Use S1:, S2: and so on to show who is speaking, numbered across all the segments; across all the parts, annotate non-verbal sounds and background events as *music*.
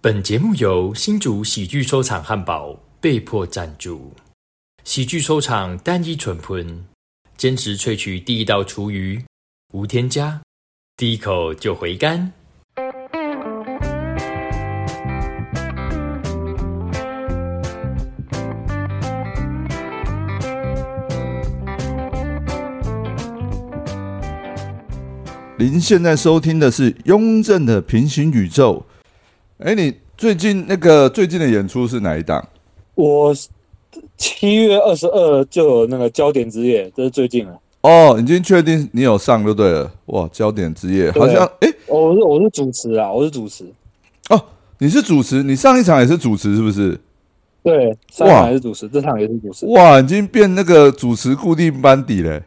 S1: 本节目由新竹喜剧收场汉堡被迫赞助。喜剧收场单一纯烹，坚持萃取地道厨余，无添加，第一口就回甘。
S2: 您现在收听的是雍正的平行宇宙。哎，你最近那个最近的演出是哪一档？
S3: 我七月二十二就有那个焦点之夜，这是最近啊了。
S2: 哦，已经确定你有上就对了。哇，焦点之夜
S3: 对
S2: 好像哎
S3: 哦我是我是主持啊，我是主持。
S2: 哦，你是主持，你上一场也是主持是不是？
S3: 对，上场也是主持，这场也是主持，
S2: 哇，已经变那个主持固定班底嘞。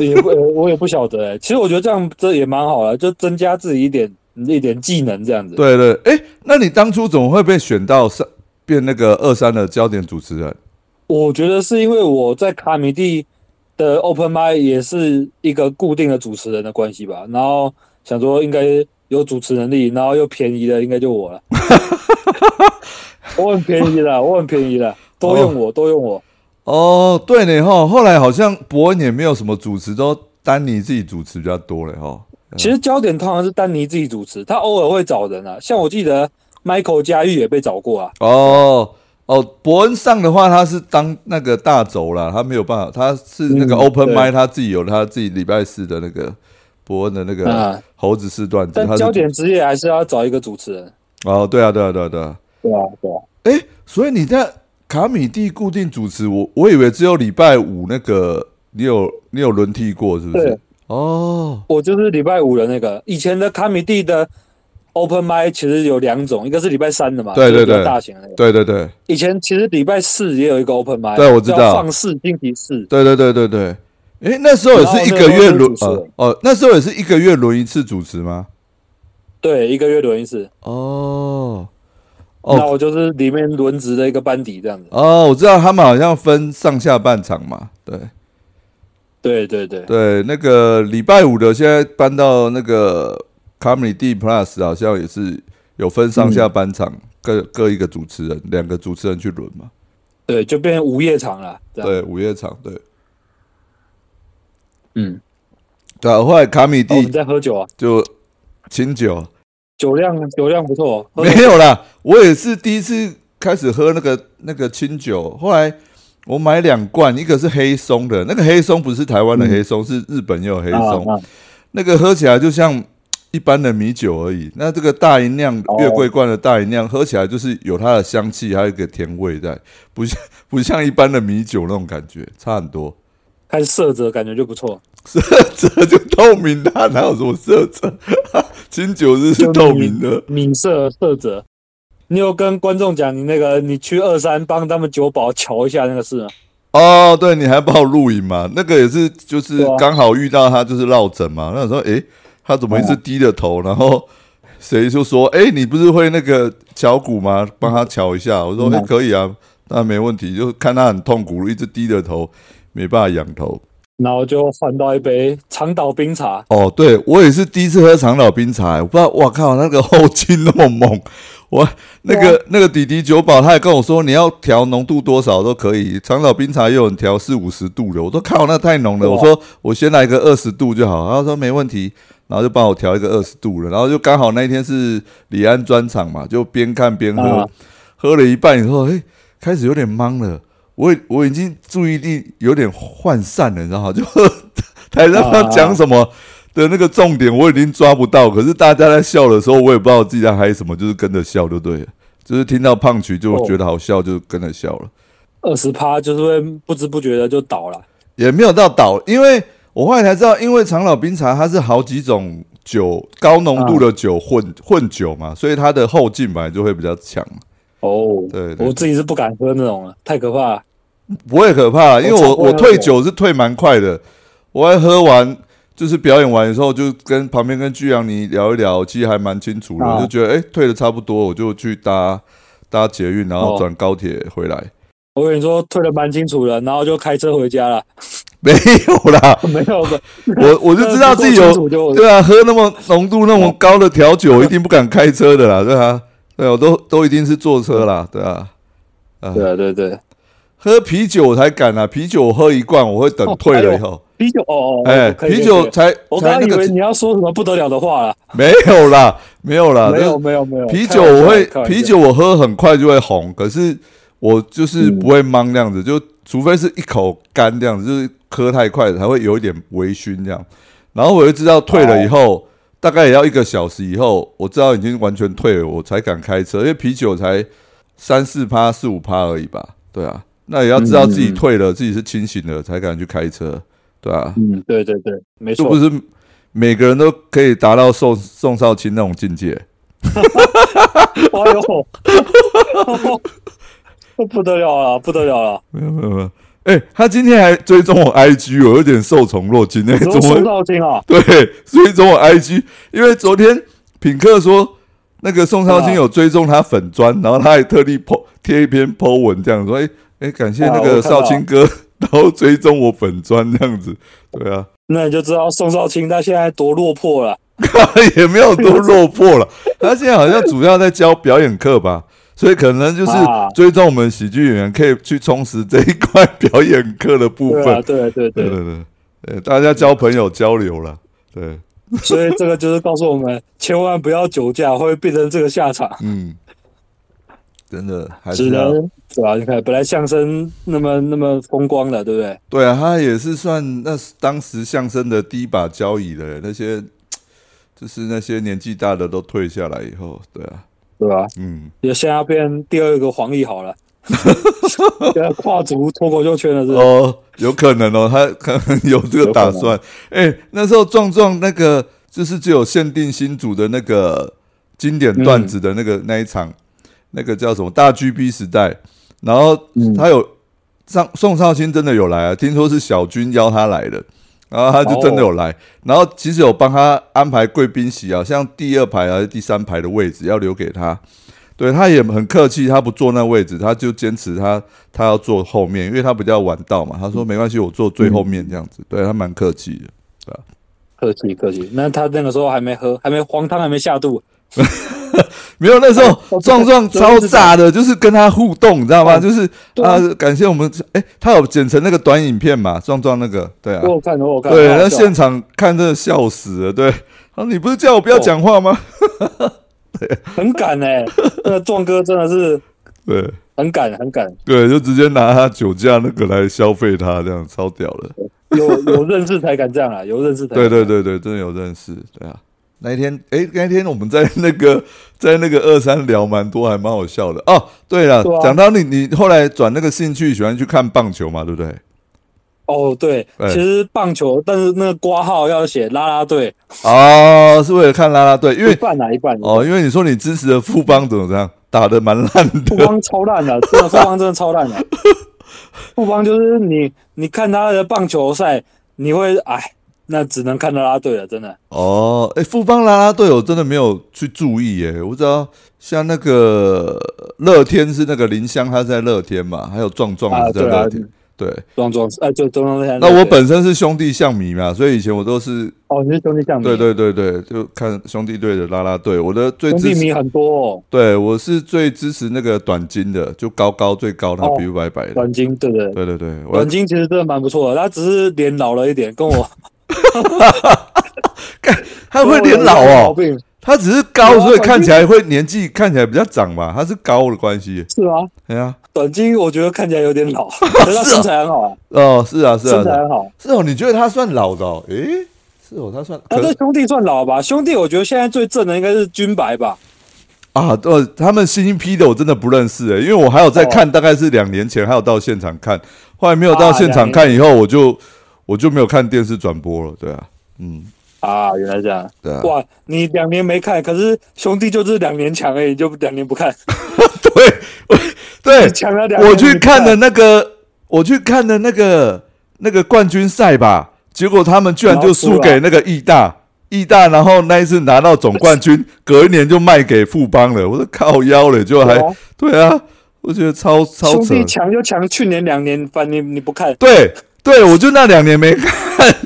S3: 也不呃我也不晓得、欸。其实我觉得这样这也蛮好的，啊就增加自己一点一点技能这样子。
S2: 对对，哎，那你当初怎么会被选到上变那个二三的焦点主持人？
S3: 我觉得是因为我在卡米蒂的 Open m i 也是一个固定的主持人的关系吧，然后想说应该有主持能力，然后又便宜的应该就
S2: *laughs*
S3: 我了。我很便宜的，我很便宜
S2: *laughs*
S3: 的，都用我，都用我。
S2: 哦，对呢哈，后来好像伯恩也没有什么主持，都丹尼自己主持比较多了哈。
S3: 其实焦点通常是丹尼自己主持，他偶尔会找人啊，像我记得 Michael 佳玉也被找过啊。
S2: 哦哦，伯恩上的话，他是当那个大轴啦，他没有办法，他是那个
S3: 嗯
S2: open
S3: 对
S2: mic，他自己有他自己礼拜四的那个伯恩的那个
S3: 啊
S2: 猴子四段子，
S3: 但
S2: 他
S3: 焦
S2: 是
S3: 点职业还是要找一个主持人。
S2: 哦，对啊，对啊，对啊，对啊，
S3: 对啊，对啊。
S2: 哎，所以你在卡米蒂固定主持，我我以为只有礼拜五那个你有你有轮替过是不是
S3: 对？
S2: 哦，
S3: 我就是礼拜五的那个，以前的卡米蒂的 Open m i 其实有两种，一个是礼拜三的嘛，
S2: 对对对
S3: 就是比较大型的那个。
S2: 对对对
S3: 以前其实礼拜四也有一个 Open m i
S2: 对我知道
S3: 放四星期四。
S2: 对对对对对，哎，那时候也是一个月轮
S3: 然后那时候是主持人
S2: 呃哦，那时候也是一个月轮一次主持吗？
S3: 对，一个月轮一次。
S2: 哦。哦
S3: 那我就是里面轮值的一个班底这样子。
S2: 哦，我知道他们好像分上下半场嘛，对
S3: 对对对，
S2: 对，那个礼拜五的现在搬到那个 Comedy Plus，好像也是有分上下半场，
S3: 嗯
S2: 各各一个主持人，两个主持人去轮嘛，
S3: 对，就变成午夜场了。这样，
S2: 对，午夜场，对
S3: 嗯。
S2: 对啊，后来卡米
S3: 哦，我
S2: 蒂
S3: 们在喝酒啊，
S2: 就清酒，
S3: 酒量酒量不错。
S2: *laughs*
S3: 喝
S2: 没有啦，我也是第一次开始喝那个那个清酒，后来。我买两罐，一个是黑松的，那个黑松不是台湾的黑松，是日本也有黑松。
S3: 啊啊
S2: 那个喝起来就像一般的米酒而已。那这个大吟酿
S3: 哦
S2: 月桂冠的大吟酿，喝起来就是有它的香气，还有一个甜味在，不像 *laughs* 不像一般的米酒那种感觉，差很多。 *laughs*
S3: 开始色泽，感觉就不错。
S2: 色泽就透明的啊，哪有什么色泽？ *laughs* 清酒是是透明的。
S3: 米色色泽。你有跟观众讲你那个，你去二三帮他们酒保瞧一下那个事吗？
S2: 哦，对，你还帮我录影
S3: *laughs*
S2: 嘛？那个也是，就是
S3: 对啊
S2: 刚好遇到他，就是落枕嘛。那时候，诶，他怎么一直
S3: 哦
S2: 低着头？然后谁就说，诶，你不是会那个敲鼓吗？帮他敲一下。我说，
S3: 嗯
S2: 诶，可以啊，那没问题。就看他很痛苦，一直低着头，没办法仰头。
S3: 然后就换到一杯长岛冰茶，
S2: 哦，对我也是第一次喝长岛冰茶，我不知道，哇靠，那个后劲那么猛，我那个、
S3: 啊
S2: 那个弟弟酒保他也跟我说，你要调浓度多少都可以，长岛冰茶也有人调四五十度的，我说靠，那太浓了，
S3: 哇
S2: 我说我先来个二十度就好，他说没问题，然后就帮我调一个二十度了，然后就刚好那一天是李安专场嘛，就边看边喝，
S3: 啊
S2: 喝了一半以后，哎、开始有点懵了。我我已经注意力有点涣散了，你知道吗？ *laughs* 就台上他讲什么的那个重点我已经抓不到，可是大家在笑的时候，我也不知道自己在嗨什么，就是跟着笑就对了。就是听到胖曲就
S3: 哦
S2: 觉得好笑，就跟着笑了，
S3: 二十趴就是会不知不觉的就倒了。
S2: 也没有到倒，因为我后来才知道，因为长岛冰茶它是好几种酒高浓度的酒混混酒嘛，所以它的后劲本来就会比较强。
S3: 哦，
S2: 对对
S3: 我自己是不敢喝那种了，太可怕了。
S2: 不会可怕，因为我
S3: 我哦
S2: 我
S3: 超不会喝
S2: 退酒是退蛮快的，我还喝完就是表演完的时候，就跟旁边跟巨阳你聊一聊，其实还蛮清楚的，
S3: 啊
S2: 我就觉得哎、诶退的差不多，我就去搭搭捷运，然后
S3: 哦
S2: 转高铁回来。
S3: *laughs* 我跟你说，退的蛮清楚的，然后就开车回家了。 *laughs*
S2: 没有啦，
S3: 没有
S2: 啊
S3: 的，
S2: 我我就知道自己
S3: 那
S2: 有
S3: 不够清楚就哦
S2: 对啊，喝那么浓度那么高的调酒，我一定不敢开车的啦，对啊，对啊，我都都一定是坐车啦，对啊，啊，
S3: 对啊，对对，
S2: 喝啤酒我才敢啊，啤酒我喝一罐我会等
S3: 哦
S2: 退了
S3: 哎呦
S2: 以后，
S3: 啤酒哦哦，
S2: 哎，
S3: 可以
S2: 啤酒
S3: 可以
S2: 才
S3: 我
S2: 才
S3: 刚刚
S2: 那
S3: 以
S2: 个
S3: 为你要说什么不得了的话了，
S2: *laughs* 没有啦，没有啦，
S3: 没
S2: 啊那
S3: 有没有没有，
S2: 啤
S3: 开
S2: 酒
S3: 玩笑
S2: 我会
S3: 开玩笑
S2: 啤酒我喝很快就会红，可是我
S3: 嗯
S2: 就是不会懵这样子，就除非是一口干这样子，就是喝太快才会有一点微醺这样。然后我就知道退了以后，大概也要一个小时以后，我知道已经完全退了，我才敢开车，因为啤酒才三四趴、四五趴而已吧，对啊。那也要知道自己
S3: 嗯嗯嗯
S2: 退了，自己是清醒的，才敢去开车，对啊。
S3: 嗯，对对对，没
S2: 就
S3: 错
S2: 不，是每个人都可以达到宋宋少卿那种境界。
S3: 哎呦， *laughs* 不得了了，不得了了，
S2: 没有没有没有，哎、他今天还追踪我 IG，我有点受宠若惊哎、*laughs*
S3: 你
S2: 怎么
S3: 说宋
S2: 会
S3: 少卿啊？
S2: 对追踪我 IG？因为昨天品客说那个宋少卿
S3: 啊
S2: 有追踪他粉砖，然后他还特地 po 贴一篇 po 文这样说，哎、哎、感谢
S3: 啊
S2: 那
S3: 我
S2: 个
S3: 看到
S2: 少卿哥，然后追踪我粉砖这样子，对啊，
S3: 那你就知道宋少卿他现在多落魄了。
S2: *laughs* 啊也没有多落魄了。他现在好像主要在教表演课吧，所以可能就是
S3: 啊
S2: 追踪我们喜剧演员，可以去充实这一块表演课的部
S3: 对啊，
S2: 分。
S3: 对
S2: 对
S3: 对对，
S2: 对对，呃，大家交朋友交流了。对，
S3: 所以这个就是告诉我们，千万不要酒驾，会变成这个下场。
S2: 嗯，真的还是
S3: 只
S2: 要
S3: 能对啊吧、你看，本来相声那么那么风光的，对不对？
S2: 对啊，他也是算那是当时相声的第一把交椅的那些，就是那些年纪大的都退下来以后，对啊，
S3: 对吧、
S2: 嗯，
S3: 也现在变第二个黄奕好
S2: *laughs*
S3: 了，现在跨足脱口秀圈了，是吧？
S2: 哦，有可能哦，他 *laughs* 可能有这个打算。哎、那时候壮壮那个就是只有限定新组的那个经典段子的那个、那一场，那个叫什么大 GB 时代，然后
S3: 嗯
S2: 他有上宋少卿真的有来啊，听说是小军邀他来的。然后他就真的有来，然后其实有帮他安排贵宾席啊，像第二排还是第三排的位置要留给他，对，他也很客气，他不坐那位置，他就坚持他他要坐后面，因为他比较晚到嘛。他说没关系，我坐最后面这样子。对他蛮客气的，
S3: 客气客气。那他那个时候还没喝，还没黄汤还没下肚，
S2: 啊没有那时候
S3: 哦
S2: 壮壮超炸的，就是跟他互动，你知道吗？
S3: 哦
S2: 就是
S3: 对
S2: 啊
S3: 啊，
S2: 感谢我们，哎，他有剪成那个短影片嘛？壮壮那个，对啊
S3: 我，有看我有看，
S2: 对，
S3: 好好
S2: 那
S3: 笑
S2: 现场看真的笑死了。对，他说你不是叫我不要讲话吗？
S3: 很敢哎、那个壮哥真的是
S2: 对
S3: 很敢很敢，
S2: 对，就直接拿他酒驾那个来消费他，这样超屌的。
S3: 有有认识才敢这样啊，有认识才敢
S2: 对对对对，真的有认识，对啊。那一天，诶，那一天我们在那个 *laughs* 在那个二三聊蛮多，还蛮好笑的哦。对了，
S3: 对啊
S2: 讲到你，你后来转那个兴趣，喜欢去看棒球嘛，对不对？
S3: 哦，对，
S2: 哎
S3: 其实棒球，但是那个挂号要写啦啦队，
S2: 哦，是为了看啦啦队，因
S3: 一
S2: 为
S3: 半啊一半，
S2: 哦，因为你说你支持的富邦怎么这样打的蛮烂
S3: 富
S2: 的，
S3: 邦超
S2: *laughs*
S3: 烂的，真的富邦真的超烂的。富邦就是你，你看他的棒球赛，你会哎，那只能看啦啦队了，真的。
S2: 哦，哎，富邦啦啦队我真的没有去注意耶，我知道像那个乐天是那个林香，他是在乐天嘛，还有壮壮
S3: 啊
S2: 是在
S3: 对啊
S2: 乐天，对。
S3: 庄庄哎，就庄庄
S2: 那我本身是兄弟象迷嘛，所以以前我都是
S3: 哦，你是兄弟象迷，
S2: 对，对对对，就看兄弟队的啦啦队，我的最
S3: 兄
S2: 支
S3: 弟
S2: 持，
S3: 迷很多哦，
S2: 对我是最支持那个短金的，就高高最高，他
S3: 哦
S2: 比如白白的，
S3: 短金对不对？
S2: 对对对，我
S3: 短金其实真的蛮不错的，他只是脸老了一点，跟我
S2: *laughs* 他会脸老
S3: 跟我有毛
S2: 哦，
S3: 病
S2: 他只是
S3: 对
S2: 高，
S3: 啊
S2: 所以
S3: 短
S2: 看
S3: 金
S2: 起来会年纪看起来比较长嘛，他是高的关系，
S3: 是吗？
S2: 哎呀，
S3: 短金我觉得看起来有点
S2: *laughs*
S3: 老，可是他身材很好啊，
S2: 哦，是啊是啊
S3: 身
S2: 是
S3: 材
S2: 啊
S3: 很好。
S2: 是哦，你觉得他算老的哦？诶，是哦，他算
S3: 他
S2: 可
S3: 对兄弟算老吧？兄弟，我觉得现在最正的应该是军白吧？
S2: 啊，对，他们新一批的我真的不认识诶、因为我还有在看，大概是两年前还有到现场看，后来没有到
S3: 啊
S2: 现场
S3: 两年
S2: 看以后，我就我就没有看电视转播了，对啊，嗯，
S3: 啊，原来这样。
S2: 对啊，
S3: 哇，你两年没看，可是兄弟就是两年强而已，就两年不看，
S2: 对， *laughs* 我对，
S3: *laughs* 强了两年。
S2: 我去看的
S3: 你不
S2: 那个，我去看的那个那个冠军赛吧，结果他们居然就输给那个义大，义大，然后那一次拿到总冠 *laughs* 军，隔一年就卖给富邦了，我说靠腰了，就
S3: 看
S2: 还
S3: 对啊
S2: 对啊，我觉得超超
S3: 兄
S2: 扯
S3: 弟，强就强，去年两年，反正你你不看，
S2: 对对，我就那两年没看，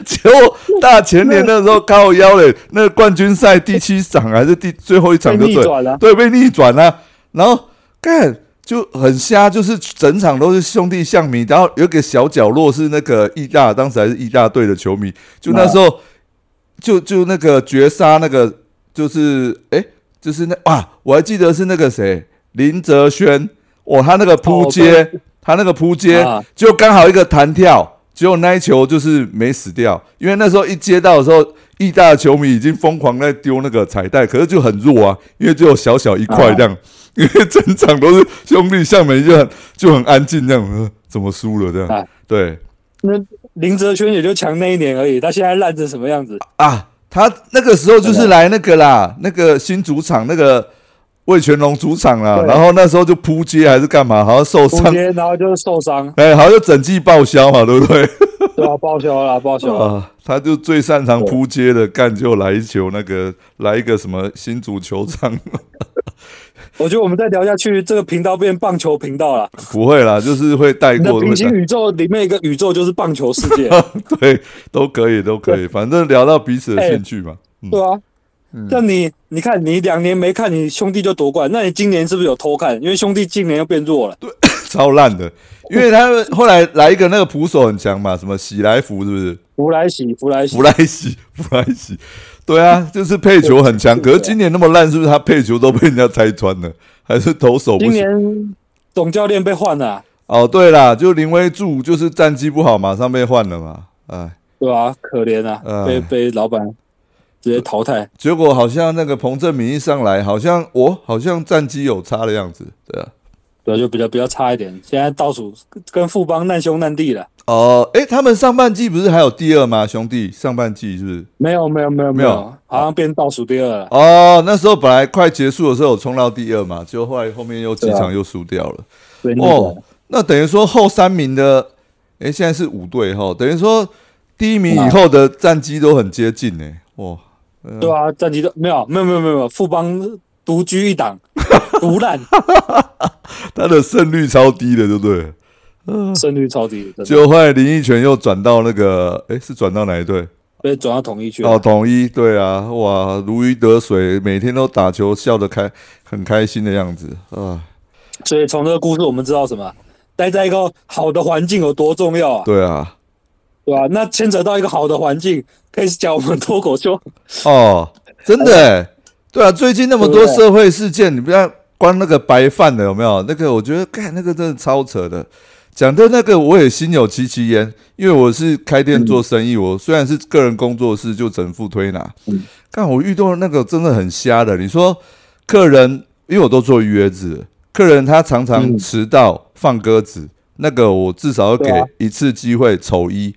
S2: 结果大前年的时候靠腰嘞，那个冠军赛第七场还是第最后一场
S3: 被
S2: 就
S3: 逆
S2: 对，
S3: 转了、
S2: 对被逆转了、然后干就很瞎，就是整场都是兄弟象迷，然后有一个小角落是那个义大，当时还是义大队的球迷，就
S3: 啊
S2: 那时候就就那个绝杀那个就是哎、就是那哇，我还记得是那个谁林哲轩，哇，他那个扑街，
S3: 哦
S2: 他那个扑街、
S3: 啊
S2: 就刚好一个弹跳，结果那一球就是没死掉，因为那时候一接到的时候，义大的球迷已经疯狂在丢那个彩带，可是就很弱啊，因为只有小小一块这
S3: 啊
S2: 样，因为整场都是兄弟像没就很就很安静这样，呃怎么输了这样？
S3: 啊
S2: 对
S3: 那林哲轩也就强那一年而已，他现在烂成什
S2: *laughs*
S3: 么样子？
S2: 啊，他那个时候就
S3: 真
S2: 是
S3: 的
S2: 来那个啦，那个新主场那个。魏全龙主场啦，
S3: 对
S2: 然后那时候就扑街还是干嘛，好像受
S3: 中
S2: 伤，，
S3: 间然后就是受伤
S2: 哎，好像就整季报销嘛，对不对？
S3: 对吧、报销啦，
S2: *laughs*
S3: 报销啦。
S2: 啊，他就最擅长扑街的，干就来一球那个，来一个什么新足球场， *laughs*
S3: 我觉得我们再聊下去，这个频道变棒球频道了。
S2: 不会啦，就是会带
S3: 你的
S2: 过，会
S3: 平行
S2: 带
S3: 宇宙里面一个宇宙就是棒球世界，
S2: 对，都可以，都可以，反正聊到彼此的兴趣嘛。
S3: 对啊。那你你看，你两年没看你兄弟就夺冠，那你今年是不是有偷看？因为兄弟今年又变弱了，
S2: 超烂的，因为他们后来来一个那个捕手很强嘛，什么喜来福是不是？
S3: 弗莱喜，弗莱喜
S2: 弗，莱喜， *laughs* 弗莱喜，对啊，就是配球很强，可是今年那么烂，是不是他配球都被人家拆穿了，还是投手不
S3: 今
S2: 行？
S3: 年总教练被换了啊、
S2: 哦，对啦，就林威柱就是战绩不好，马上被换了嘛，哎。
S3: 对吧、可怜啊，
S2: 哎
S3: 被被老板直接淘汰。
S2: 结果好像那个彭正明一上来，好像我好像战绩有差的样子，对啊。
S3: 对，就比较比较差一点。现在倒数跟富邦难兄难弟了。
S2: 哦，诶，他们上半季不是还有第二吗？兄弟，上半季是不是？
S3: 没有没有没有
S2: 没有，
S3: 好像变倒数第二了。
S2: 哦，那时候本来快结束的时候有冲到第二嘛，结果后来后面又几场又输掉了。
S3: 对，
S2: 哦，那等于说后三名的，诶，现在是五队哈，等于说第一名以后的战绩都很接近呢、哇，
S3: 对啊，战绩都没有没有没有没有，富邦独居一档，独 *laughs* 烂，
S2: 他的胜率超低的，对不对了？
S3: 胜率超低，真的
S2: 就后来林奕泉又转到那个，诶，是转到哪一队？
S3: 被转到统一去了。
S2: 哦，统一对啊，哇，如鱼得水，每天都打球，笑得开，很开心的样子啊。
S3: 所以从这个故事我们知道什么？待在一个好的环境有多重要啊，
S2: 对啊，
S3: 对吧、那牵扯到一个好的环境，可以讲我们脱口秀，
S2: 哦，真的、欸，对啊，最近那么多
S3: 对不对
S2: 社会事件，你不要光那个白饭的有没有？那个我觉得，看那个真的超扯的。讲的那个我也心有戚戚焉，因为我是开店做生意，我虽然是个人工作室，就整副推拿，但我遇到那个真的很瞎的。你说客人，因为我都做预约制，客人他常常
S3: 嗯
S2: 迟到、放鸽子，那个我至少要给
S3: 对啊
S2: 一次机会丑一。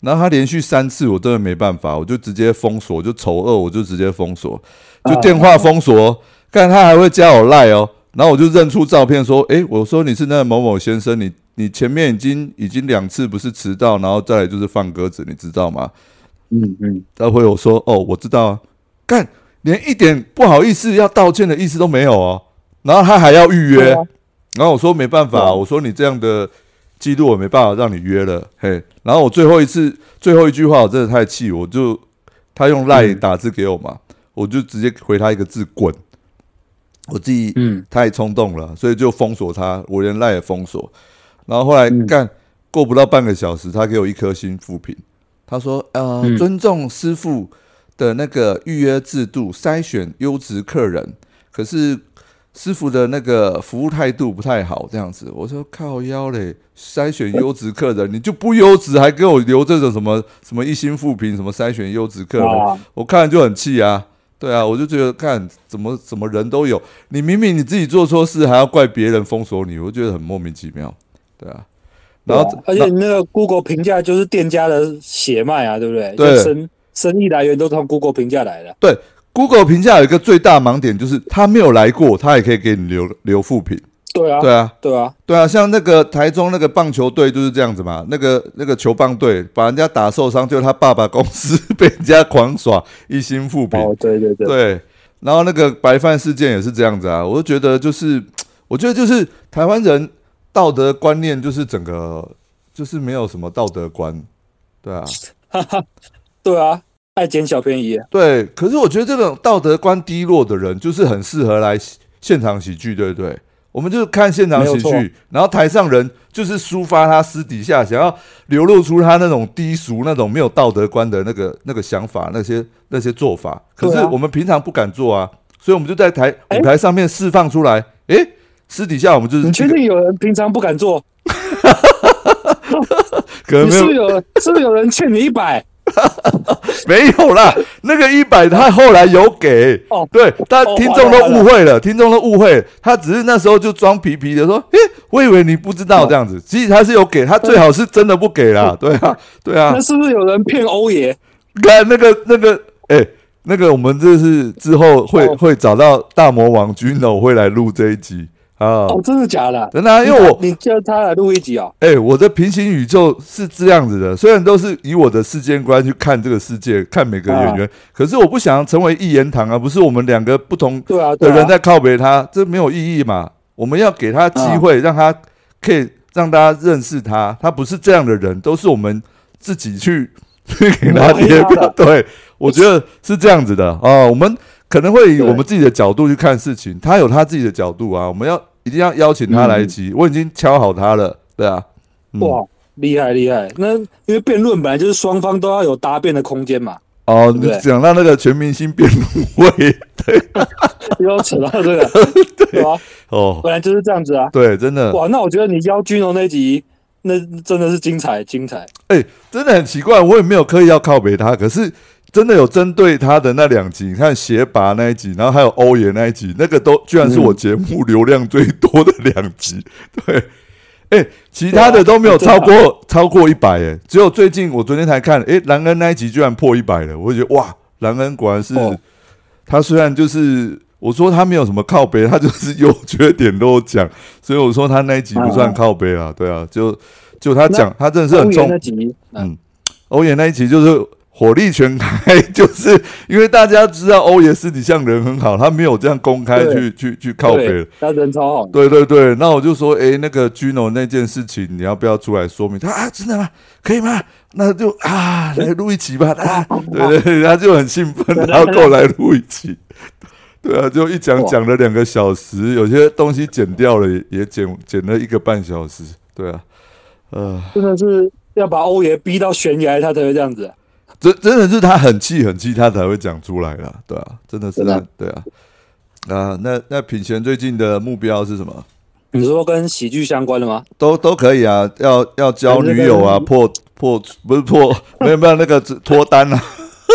S2: 然后他连续三次，我真的没办法，我就直接封锁，就丑二，我就直接封锁，
S3: 嗯
S2: 就电话封锁。但他还会加我赖哦，然后我就认出照片说，诶，我说你是那个某某先生，你你前面已经已经两次不是迟到，然后再来就是放鸽子，你知道吗？
S3: 嗯嗯，
S2: 他回我说：“哦，我知道啊，干，连一点不好意思要道歉的意思都没有哦。”然后他还要预约，
S3: 对啊
S2: 然后我说没办法，
S3: 对啊
S2: 我说你这样的记录我没办法让你约了，嘿。然后我最后一次最后一句话我真的太气，我就他用赖打字给我嘛，我就直接回他一个字滚。我自己
S3: 嗯
S2: 太冲动了，所以就封锁他，我连赖也封锁。然后后来
S3: 嗯
S2: 干过不到半个小时，他给我一颗星复评，他说：“呃，
S3: 嗯
S2: 尊重师傅的那个预约制度，筛选优质客人，可是师傅的那个服务态度不太好，这样子。”我说：“靠腰嘞，筛选优质客人，你就不优质，还给我留这种什么什么一星复评，什么筛选优质客人，
S3: 啊
S2: 我看了就很气啊。”对啊，我就觉得看怎么怎么人都有，你明明你自己做错事，还要怪别人封锁你，我觉得很莫名其妙。对啊，然后
S3: 对啊而且你那个 Google 评价就是店家的血脉啊，对不对？
S2: 对
S3: 就生生意来源都从 Google 评价来的。
S2: 对，Google 评价有一个最大盲点就是他没有来过，他也可以给你留留负评。
S3: 对啊，
S2: 对啊，
S3: 对啊，
S2: 对啊，像那个台中那个棒球队就是这样子嘛，那个那个球棒队把人家打受伤，就他爸爸公司 *laughs* 被人家狂耍一心负评。
S3: 哦，对对对，
S2: 对，然后那个白饭事件也是这样子啊，我就觉得就是，我觉得就是台湾人道德观念就是整个就是没有什么道德观，对啊。
S3: 对啊，
S2: 嗯
S3: 爱捡小便宜啊。
S2: 对，可是我觉得这种道德观低落的人，就是很适合来现场喜剧，对不对？我们就是看现场喜
S3: 没有错
S2: 剧，然后台上人就是抒发他私底下想要流露出他那种低俗、那种没有道德观的那个那个想法、那些那些做法。可
S3: 对
S2: 是
S3: 啊
S2: 我们平常不敢做啊，所以我们就在台
S3: 哎
S2: 舞台上面释放出来。诶、私底下我们就是
S3: 你确
S2: 这个
S3: 定有人平常不敢做？
S2: 可能没
S3: 你是不是
S2: 有
S3: 有人 *laughs* 是不是有人欠你一百？
S2: *laughs* 没有啦，那个一百他后来有给
S3: 哦
S2: 对，但
S3: 哦
S2: 听众
S3: 完
S2: 都
S3: 了完了
S2: 误会了，听众都误会了，他只是那时候就装皮皮的说，诶、我以为你不知
S3: 哦
S2: 道这样子，其实他是有给，他最好是真的不给啦，对啊，对啊
S3: 那，是不是有人骗欧爷？
S2: 看那个那个，诶、那个我们这是之后会、
S3: 哦
S2: 会找到大魔王军哦，会来录这一集啊，
S3: 哦，真的假的？
S2: 真的啊、因为我
S3: 你叫他来录一集哦。
S2: 哎、我的平行宇宙是这样子的，虽然都是以我的世界观去看这个世界，看每个演员，可是我不想成为一言堂啊，不是我们两个不同
S3: 对啊，对
S2: 的
S3: 啊
S2: 人在靠北他，这没有意义嘛。我们要给他机
S3: 啊
S2: 会，让他可以让大家认识他，他不是这样的人，都是我们自己去 *laughs* 去给他
S3: 磨黑
S2: 贴
S3: 他
S2: 标
S3: 的。
S2: 对，我觉得是这样子
S3: *laughs*
S2: 的哦，我们可能会以
S3: 对
S2: 我们自己的角度去看事情，他有他自己的角度啊，我们要一定要邀请他来一集，我已经敲好他了，对啊，嗯、
S3: 嗯哇，厉害厉害！那因为辩论本来就是双方都要有答辩的空间 *laughs* 嘛，
S2: 哦，
S3: 对
S2: 你
S3: 不对
S2: 讲到那个全明星辩论会 *laughs*
S3: 又扯到这 *laughs* 个，对吧？
S2: 哦，
S3: 本来就是这样子啊。
S2: 对，真的，
S3: 哇，那我觉得你邀君龙那集，那真的是精彩精彩。
S2: 哎、真的很奇怪，我也没有刻意要靠北他，可是真的有针对他的那两集，你看鞋拔那一集，然后还有欧爷那一集，那个都居然是我节目流量最多的两集， *laughs* 对。哎、其他的都没有
S3: 对啊
S2: 超过、超过一百，哎，只有最近我昨天才看，哎、兰恩那一集居然破一百了，我就觉得哇，兰恩果然是、
S3: 哦
S2: 他虽然就是我说他没有什么靠背，他就是优缺点都有讲，所以我说他那一集不算靠背啊，对啊，就就他讲，他真的是很
S3: 欧爷
S2: 重
S3: 哦那集，嗯，
S2: 欧爷那一集就是火力全开， *laughs* 就是因为大家知道欧爷私底下人很好，他没有这样公开
S3: 对
S2: 去去去靠北
S3: 对。，他人超好。
S2: 对对对，那我就说，诶，那个 Gino 那件事情，你要不要出来说明？他啊，真的吗？可以吗？那就啊，来录一期吧。啊，对对对，他就很兴
S3: *laughs*
S2: 奋，然后跟我来录一期。对啊，就一讲
S3: 哇
S2: 讲了两个小时，有些东西剪掉了，也也剪剪了一个半小时。对啊，呃，
S3: 真的是要把欧爷逼到悬崖，他才会这样子。
S2: 真真的是他很气很气，他才会讲出来啦，对啊，真的是
S3: 真的
S2: 他，对啊，啊，那那品贤最近的目标是什么？
S3: 你说跟喜剧相关的吗？
S2: 都都可以啊，要要交女友啊，
S3: 对
S2: 破破不是破， *laughs* 没有没有那个脱单啊，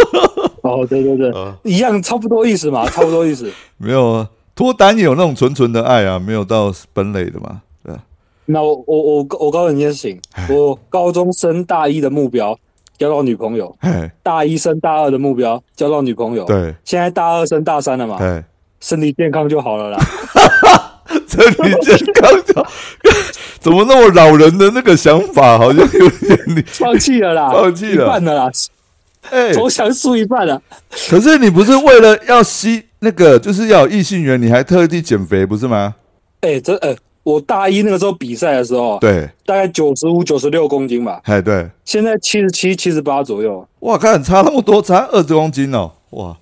S2: *laughs*
S3: 哦，对对对，
S2: 啊
S3: 一样，差不多意思
S2: *laughs*
S3: 嘛，差不多意思。
S2: 没有啊，脱单也有那种纯纯的爱啊，没有到本垒的嘛，对啊，
S3: 那我我我我告诉你一件事
S2: *laughs*
S3: 情，我高中升大一的目标交到女朋友，
S2: 哎，
S3: 大一升大二的目标交到女朋友，
S2: 对，
S3: 现在大二升大三了嘛，
S2: *laughs* 哎，
S3: 身体健康就好
S2: *laughs*
S3: 了啦。
S2: 身体健康就 *laughs* 怎么那么老人的那个想法，好像有点
S3: *laughs*
S2: 你
S3: 放弃了啦，
S2: 放弃了
S3: 一半了啦，
S2: 哎，
S3: 投降输一半了。
S2: 可是你不是为了要吸那个，就是要有异性缘，你还特地减肥不是吗？
S3: 哎、真哎、我大一那个时候比赛的时候，
S2: 对，
S3: 大概九十五、九十六公斤吧，
S2: 哎对，
S3: 现在七十七、七十八左右，
S2: 哇，看差那么多，差二十公斤哦，哇。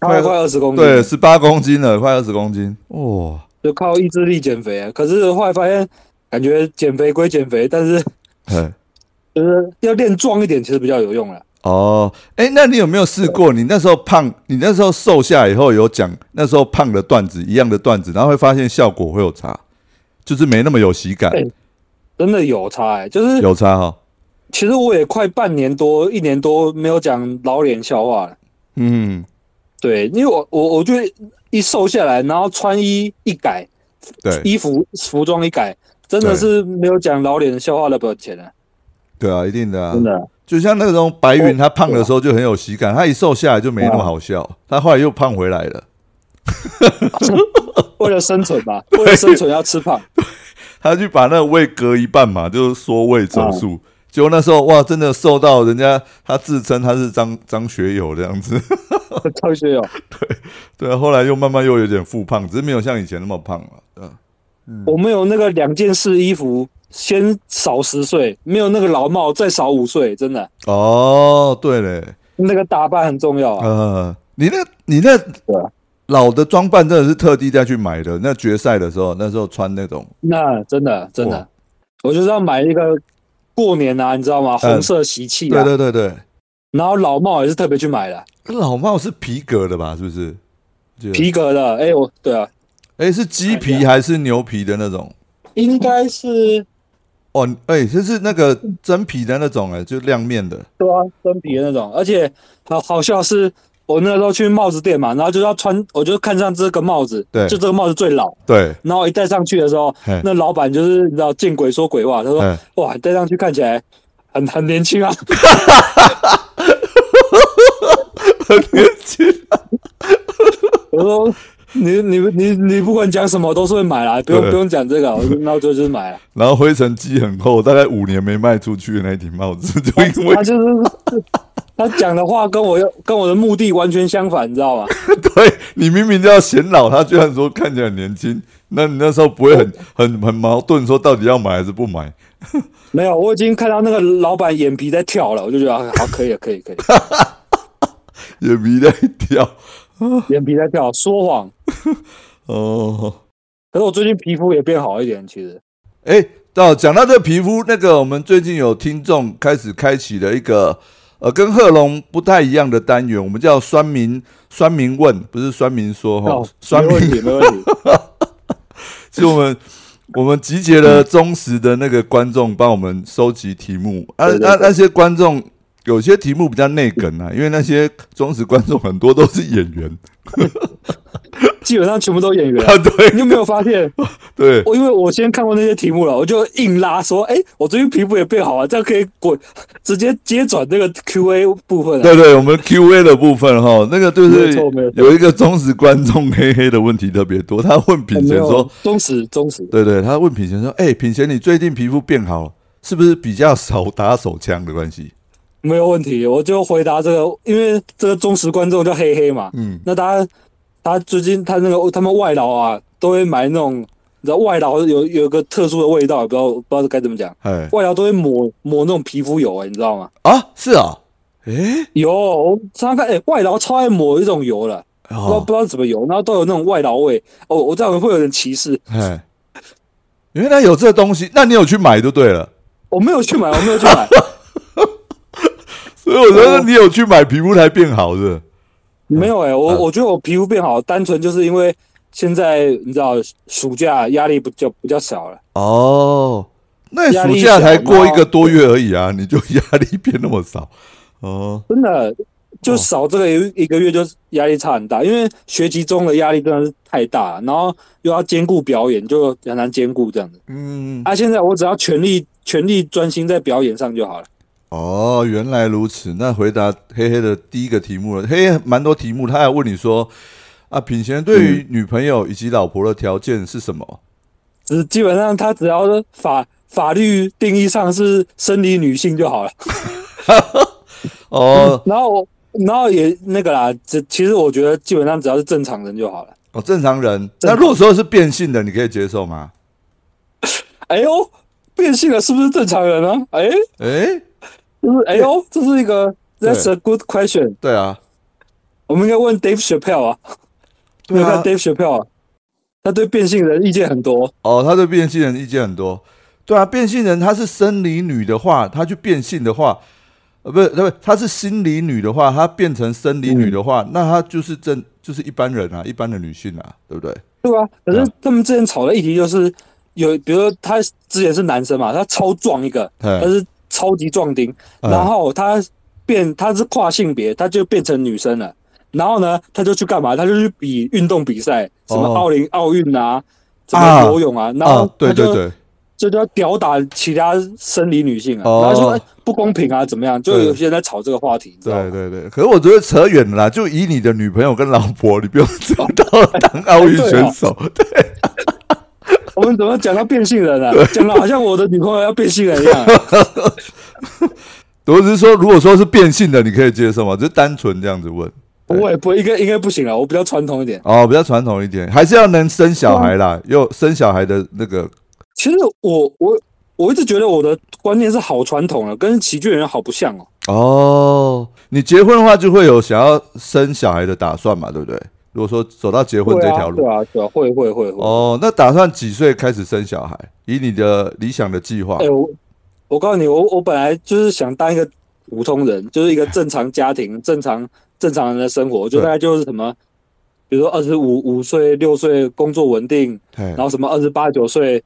S3: 快快二十公斤，
S2: 对，，十八公斤了，快二十公斤，哇、
S3: 就靠意志力减肥。可是后来发现，感觉减肥归减肥，但是
S2: 嘿
S3: 就是要练壮一点，其实比较有用了。
S2: 哦，哎、那你有没有试过？你那时候胖，你那时候瘦下以后有讲那时候胖的段子一样的段子，然后会发现效果会有差，就是没那么有喜感，
S3: 哎真的有差哎、就是
S2: 有差哈、哦。
S3: 其实我也快半年多、一年多没有讲老脸笑话了。
S2: 嗯，
S3: 对，因为我我我就一瘦下来，然后穿衣一改，
S2: 对，
S3: 衣服服装一改，真的
S2: 对
S3: 是没有讲老脸笑话的本钱了、
S2: 对啊，一定的啊，
S3: 真的。
S2: 就像那种白
S3: 哦
S2: 云，他胖的时候就很有喜感，他一瘦下来就没那么好笑，他后来又胖回来了，
S3: *laughs* 为了生存
S2: *laughs*
S3: 吧，为了生存要吃胖，
S2: 他去把那个胃割一半嘛，就是缩胃手
S3: 哦
S2: 术。结果那时候哇，真的瘦到人家他自称他是张张学友这样子， *laughs*
S3: 张学友。
S2: 对啊，后来又慢慢又有点复胖，只是没有像以前那么胖了。嗯，
S3: 我们有那个两件式衣服，先少十岁，没有那个老帽再少五岁，真的，
S2: 哦，对嘞，
S3: 那个打扮很重要啊。
S2: 呃，你那你那
S3: 对啊
S2: 老的装扮真的是特地再去买的。那决赛的时候，那时候穿那种
S3: 那真的真
S2: 哇
S3: 的，我就是要买一个过年啊，你知道吗？
S2: 嗯
S3: 红色喜气啊，
S2: 对对对对，
S3: 然后老帽也是特别去买的，
S2: 老帽是皮革的吧？是不是？记得
S3: 皮革的。哎、我对啊，
S2: 哎、是鸡皮还是牛皮的那种？
S3: 应该是
S2: 哦，哎、这是那个真皮的那种、哎，就亮面的。
S3: 对啊，真皮的那种，而且好好笑是，我那时候去帽子店嘛，然后就要穿，我就看上这个帽子，
S2: 对
S3: 就这个帽子最老，
S2: 对，
S3: 然后一戴上去的时候
S2: 嘿，
S3: 那老板就是你知道见鬼说鬼话，他说
S2: 嗯，
S3: 哇，你戴上去看起来很很年轻啊， *laughs*
S2: 很年轻。
S3: 我说你你你你不管讲什么我都是会买啦，不用
S2: 对
S3: 不用讲这个，我就然后就就
S2: *laughs*
S3: 是买了，
S2: *laughs* 然后灰尘积很厚，大概五年没卖出去的那顶帽子，就因为
S3: 他就是。他讲的话跟我要跟我的目的完全相反，你知道吗？
S2: 对你明明就要显老，他居然说看起来很年轻，那你那时候不会很很很矛盾，说到底要买还是不买？
S3: 没有，我已经看到那个老板眼皮在跳了，我就觉得啊好可以了，可以可以。
S2: 也迷了一跳
S3: 眼皮在跳，说谎。
S2: 哦。
S3: 可是我最近皮肤也变好一点，其实
S2: 哎，到讲到这皮肤，那个我们最近有听众开始开启了一个呃跟贺龙不太一样的单元，我们叫酸民酸民问，不是酸民说哈
S3: 哦，，
S2: 酸
S3: 没
S2: 民
S3: 问题，没问
S2: *laughs*
S3: 题。
S2: 是我们我们集结了忠实的那个观众，帮我们收集题目。啊
S3: 对对
S2: 啊，
S3: 对
S2: 那些观众有些题目比较内梗啊，因为那些忠实观众很多都是演员 *laughs*
S3: 基本上全部都演员啊
S2: 啊，，对
S3: 你有没有发现？
S2: 对
S3: 我因为我先看过那些题目了，我就硬拉说，哎、我最近皮肤也变好了，啊这样可以滚，直接接转那个 Q&A 部分了。啊
S2: 对对，我们 Q A 的部分哈，那个就
S3: 没
S2: 是
S3: 错没错
S2: 有一个忠实观众黑黑的问题特别多，他问品
S3: 哦没
S2: 贤
S3: 有
S2: 说，
S3: 忠实忠实，
S2: 对对，他问品贤说，哎、品贤你最近皮肤变好了，是不是比较少打手枪的关系？
S3: 没有问题。我就回答这个，因为这个忠实观众叫黑黑嘛，
S2: 嗯，
S3: 那他他最近他那个他们外劳啊，都会买那种，你知道外劳有有一个特殊的味道，不知道不知道该怎么讲。
S2: 哎
S3: 外劳都会抹抹那种皮肤油、欸，你知道吗？
S2: 啊，是啊，哎、
S3: 有，我常常看，哎、外劳超爱抹一种油的，不知道
S2: 哦
S3: 不知道怎么油，然后都有那种外劳味。哦，我这样会有点歧视，
S2: 哎，原来有这东西，那你有去买就对了。
S3: 我没有去买，我没有
S2: *laughs*
S3: 去买，
S2: 所以我觉得你有去买，皮肤才变好的。
S3: 没有哎、我
S2: 嗯
S3: 我觉得我皮肤变好，单纯就是因为现在你知道暑假压力不就比较小了。
S2: 哦，那
S3: 压
S2: 暑
S3: 力
S2: 假
S3: 小
S2: 才过一
S3: 然后
S2: 个多月而已啊，你就压力变那么少。哦，
S3: 真的
S2: 哦
S3: 就少这个一一个月，就压力差很大，因为学期中的压力真的是太大，然后又要兼顾表演，就很难兼顾这样子。
S2: 嗯，
S3: 啊，现在我只要全力全力专心在表演上就好了。
S2: 哦，原来如此。那回答黑黑的第一个题目了，黑黑蛮多题目，他还问你说啊，品贤对于女朋友以及老婆的条件是什么？
S3: 只基本上他只要是法法律定义上是生理女性就好了。
S2: *laughs* 哦，
S3: 然后我然后也那个啦，这其实我觉得基本上只要是正常人就好了。
S2: 哦，正常人。那如果说是变性的，你可以接受吗？
S3: 哎呦，变性了是不是正常人啊？哎，
S2: 哎、
S3: 就是哎呦，这是一个 that's a good question。
S2: 对啊，
S3: 我们应该问 Dave Chappelle 啊。你
S2: 对
S3: 有看
S2: 啊，
S3: Dave Chappelle，啊他对变性人意见很多。
S2: 哦，他对变性人意见很多。对啊，变性人她是生理女的话，她去变性的话，呃，不是，不是，她是心理女的话，她变成生理女的话，那她就是正就是一般人啊，一般的女性啊，对不对？
S3: 对啊，可
S2: 对
S3: 是
S2: 啊
S3: 他们之前吵的议题就是有，比如说他之前是男生嘛，他超壮一个，
S2: 嗯
S3: 他是超级壮丁，
S2: 嗯
S3: 然后他变他是跨性别，他就变成女生了。然后呢，他就去干嘛？他就去比运动比赛，什么
S2: 哦
S3: 奥林、奥运啊，什
S2: 啊
S3: 么游泳啊，然
S2: 啊
S3: 后，
S2: 对
S3: 他就
S2: 对对，
S3: 就要吊打其他生理女性啊，
S2: 哦
S3: 然后说哎不公平啊，怎么样？就
S2: 对
S3: 有些人在吵这个话题，你知道吗
S2: 对？对对。可是我觉得扯远了啦，就以你的女朋友跟老婆，你不用 *laughs* 扯到当
S3: 哎
S2: 奥
S3: 啊
S2: 运选手，对
S3: 我们怎么讲到变性人了、讲的好像我的女朋友要变性人一样。啊
S2: *laughs* 我只是说，如果说是变性的，你可以接受吗？只是单纯这样子问。
S3: 我也不应该应该不行啊了，我比较传统一点。
S2: 哦，比较传统一点，还是要能生小孩啦，
S3: 啊
S2: 有生小孩的那个
S3: 其实我我我一直觉得我的观念是好传统了，跟喜剧人好不像哦。
S2: 哦，你结婚的话就会有想要生小孩的打算嘛，对不对？如果说走到结婚
S3: 对
S2: 这
S3: 啊
S2: 条路
S3: 对，啊，对啊，会会会会。
S2: 哦，那打算几岁开始生小孩？以你的理想的计划
S3: 哎、，我我告诉你，我我本来就是想当一个普通人，就是一个正常家庭、正常正常人的生活，我就
S2: 对
S3: 大概就是什么，比如说二十五五岁、六岁工作稳定，
S2: 嘿
S3: 然，后什么二十八九岁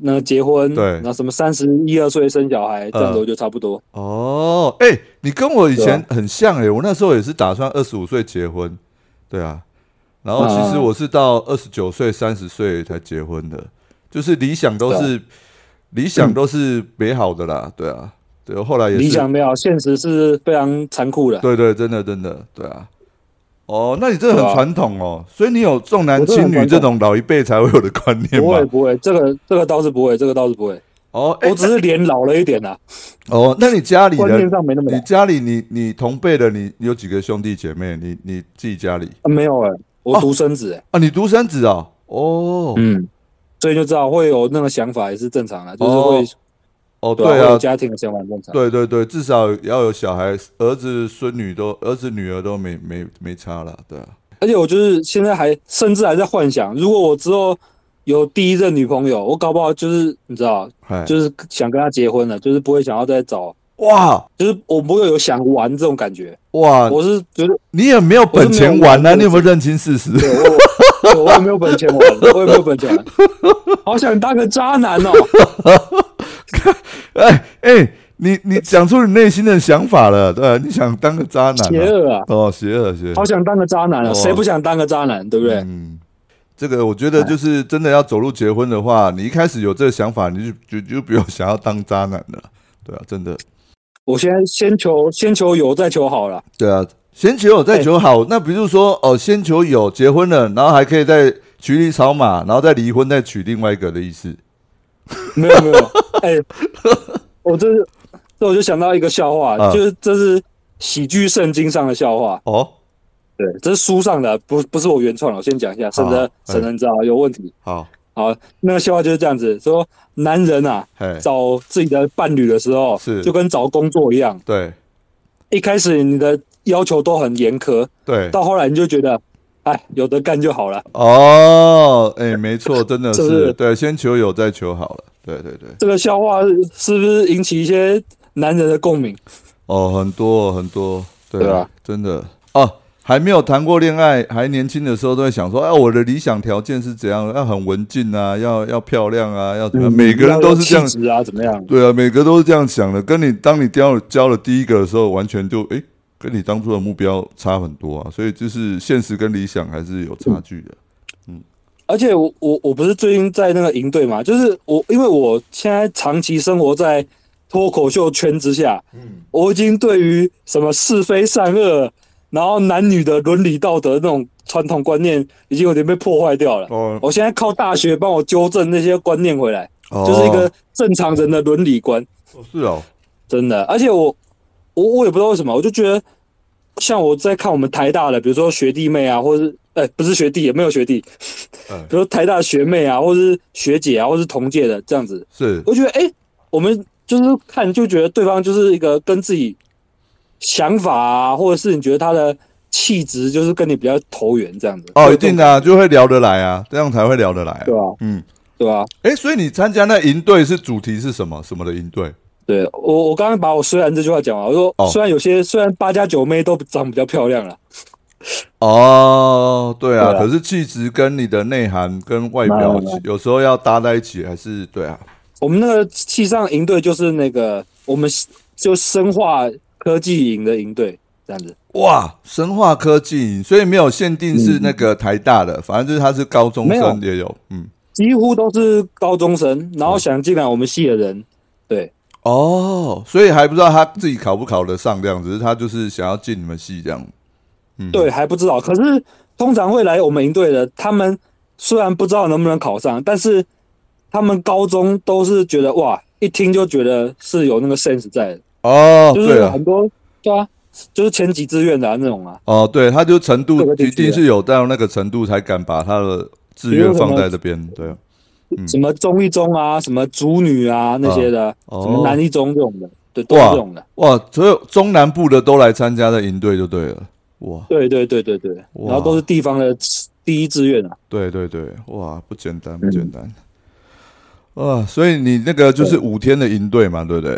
S3: 那结婚，
S2: 对嗯
S3: 然后什么三十一二岁生小孩，这样子我就差不多。
S2: 哦，哎，你跟我以前
S3: 对啊
S2: 很像哎，我那时候也是打算二十五岁结婚，对啊，然后其实
S3: 啊
S2: 我是到二十九岁、三十岁才结婚的，就是理想都是
S3: 啊
S2: 理想都是美好的啦，对啊，对，后来也
S3: 理
S2: 是
S3: 想没有，现实是非常残酷的。
S2: 对对，真的真的，对啊。哦，那你真的
S3: 对
S2: 很
S3: 啊
S2: 传统哦，所以你有重男
S3: 我真的
S2: 轻
S3: 很
S2: 女
S3: 传
S2: 这种老一辈才会有的观念
S3: 不会
S2: 吧？
S3: 不会，这个这个倒是不会，这个倒是不会。
S2: 哦，哎
S3: 我只是脸老了一点啦，
S2: 哦，那你家里
S3: 观念
S2: 人，
S3: 上没那么老
S2: 你。家里你你同辈的你你有几个兄弟姐妹？你你自己家里
S3: 啊没有哎、
S2: 哦
S3: 我独生子哎、
S2: 啊？你独生子哦？哦，
S3: 嗯，所以就知道会有那个想法也是正常的，就是会、
S2: 哦哦，
S3: 对啊，
S2: 对
S3: 会
S2: 啊
S3: 有，家庭的想法很正常。
S2: 对对对，至少要有小孩，儿子孙女都儿子女儿都没没没差了，对啊。
S3: 而且我就是现在还甚至还在幻想，如果我之后有第一任女朋友，我搞不好就是你知道，
S2: 哎，
S3: 就是想跟她结婚了，就是不会想要再找，
S2: 哇
S3: 就是我不会有想玩这种感觉。
S2: 哇，
S3: 我是觉得
S2: 你也没有本钱玩啊？你有没有认清事实？
S3: 对我我也没有本钱玩，我也没有本钱玩，好想当个渣男哦。
S2: 哎哎，你你讲出你内心的想法了，对啊，你想当个渣男
S3: 邪
S2: 啊？
S3: 恶啊，
S2: 哦，邪恶邪恶
S3: 好。想当个渣男啊！
S2: 哦
S3: 谁不想当个渣男，对不对？
S2: 嗯，这个我觉
S3: 哎
S2: 得就是真的要走入结婚的话，你一开始有这个想法，你就就就不要想要当渣男了。对啊，真的，
S3: 我现在先求先求有，再求好了。
S2: 对啊，先求有再求好。那比如说哦，先求有，结婚了，然后还可以再娶一草马，然后再离婚，再娶另外一个的意思。
S3: 没有没有，哎、
S2: *laughs*
S3: 我这是这我就想到一个笑话，
S2: 啊
S3: 就是这是喜剧圣经上的笑话，
S2: 哦，
S3: 对，这是书上的，不不是我原创的，我先讲一下，省得
S2: 哎
S3: 省得你知道有问题。
S2: 好，
S3: 好，那个笑话就是这样子，说男人啊
S2: 嘿，
S3: 找自己的伴侣的时候，
S2: 是
S3: 就跟找工作一样，
S2: 对
S3: 一开始你的要求都很严苛，
S2: 对，
S3: 到后来你就觉得，哎，有的干就好了。
S2: 哦，哎，没错，真的
S3: 是
S2: *laughs* 是
S3: 不是
S2: 对，先求有再求好了。对对对，
S3: 这个笑话是不是引起一些男人的共鸣？
S2: 哦，很多很多，对
S3: 对啊，
S2: 真的哦。还没有谈过恋爱，还年轻的时候都会想说，哎、我的理想条件是怎样？要很文静啊，要要漂亮啊，要怎么样？每个人都是这样
S3: 要有，气质啊，怎么样？
S2: 对啊，每个都是这样想的。跟你当你交交了第一个的时候，完全就哎、跟你当初的目标差很多啊。所以就是现实跟理想还是有差距的。
S3: 而且我我我不是最近在那个营队嘛，就是我因为我现在长期生活在脱口秀圈之下，嗯，我已经对于什么是非善恶，然后男女的伦理道德那种传统观念，已经有点被破坏掉了。
S2: 哦
S3: 我现在靠大学帮我纠正那些观念回来，
S2: 哦
S3: 就是一个正常人的伦理观，
S2: 是哦，
S3: 真的。而且我我我也不知道为什么，我就觉得像我在看我们台大的，比如说学弟妹啊，或是哎、不是学弟，也没有学弟，
S2: 嗯，
S3: *laughs* 比如台大学妹啊，或是学姐啊，或是同届的这样子，
S2: 是
S3: 我觉得哎、诶我们就是看就觉得对方就是一个跟自己想法啊，或者是你觉得他的气质就是跟你比较投缘这样子。
S2: 哦，一定的、啊，就会聊得来啊，这样才会聊得来、啊。
S3: 对啊，
S2: 嗯，
S3: 对吧、
S2: 哎、所以你参加那营队是主题是什么？什么的营队？
S3: 对我，我刚刚把我虽然这句话讲完，我
S2: 哦
S3: 说虽然有些、虽然八加九妹都长比较漂亮了，
S2: 哦，对啊，
S3: 对啊
S2: 可是气质跟你的内涵跟外表
S3: 当然了
S2: 有时候要搭在一起，还是对啊。
S3: 我们那个气上营队就是那个我们就生化科技营的营队这样子，
S2: 哇，生化科技，所以没有限定是那个台大的，反正就是他是高中
S3: 嗯没有
S2: 生也有，嗯，
S3: 几乎都是高中生，然后想进来我们系的人，对。
S2: 哦，所以还不知道他自己考不考得上这样，只是他就是想要进你们系这样，嗯，
S3: 对，还不知道。可是通常会来我们营队的，他们虽然不知道能不能考上，但是他们高中都是觉得哇，一听就觉得是有那个 sense 在的，
S2: 哦，
S3: 就
S2: 对
S3: 是
S2: 啊
S3: 很，多对啊，就是前几志愿的、啊、那种啊，
S2: 哦，对，他就程
S3: 这
S2: 度
S3: 个就
S2: 一
S3: 是
S2: 定是有到那个程度才敢把他的志愿放在这边，对啊，
S3: 什么中一中啊，什么主女啊那些的，
S2: 哦
S3: 什么南一中这种的，对，都是
S2: 哇
S3: 这种的。
S2: 哇，所有中南部的都来参加的营队就对了，哇，
S3: 对对对对对，
S2: 哇
S3: 然后都是地方的第一志愿啊。
S2: 对对对，哇，不简单，
S3: 嗯
S2: 不简单。啊，所以你那个就是五天的营队嘛，对不对？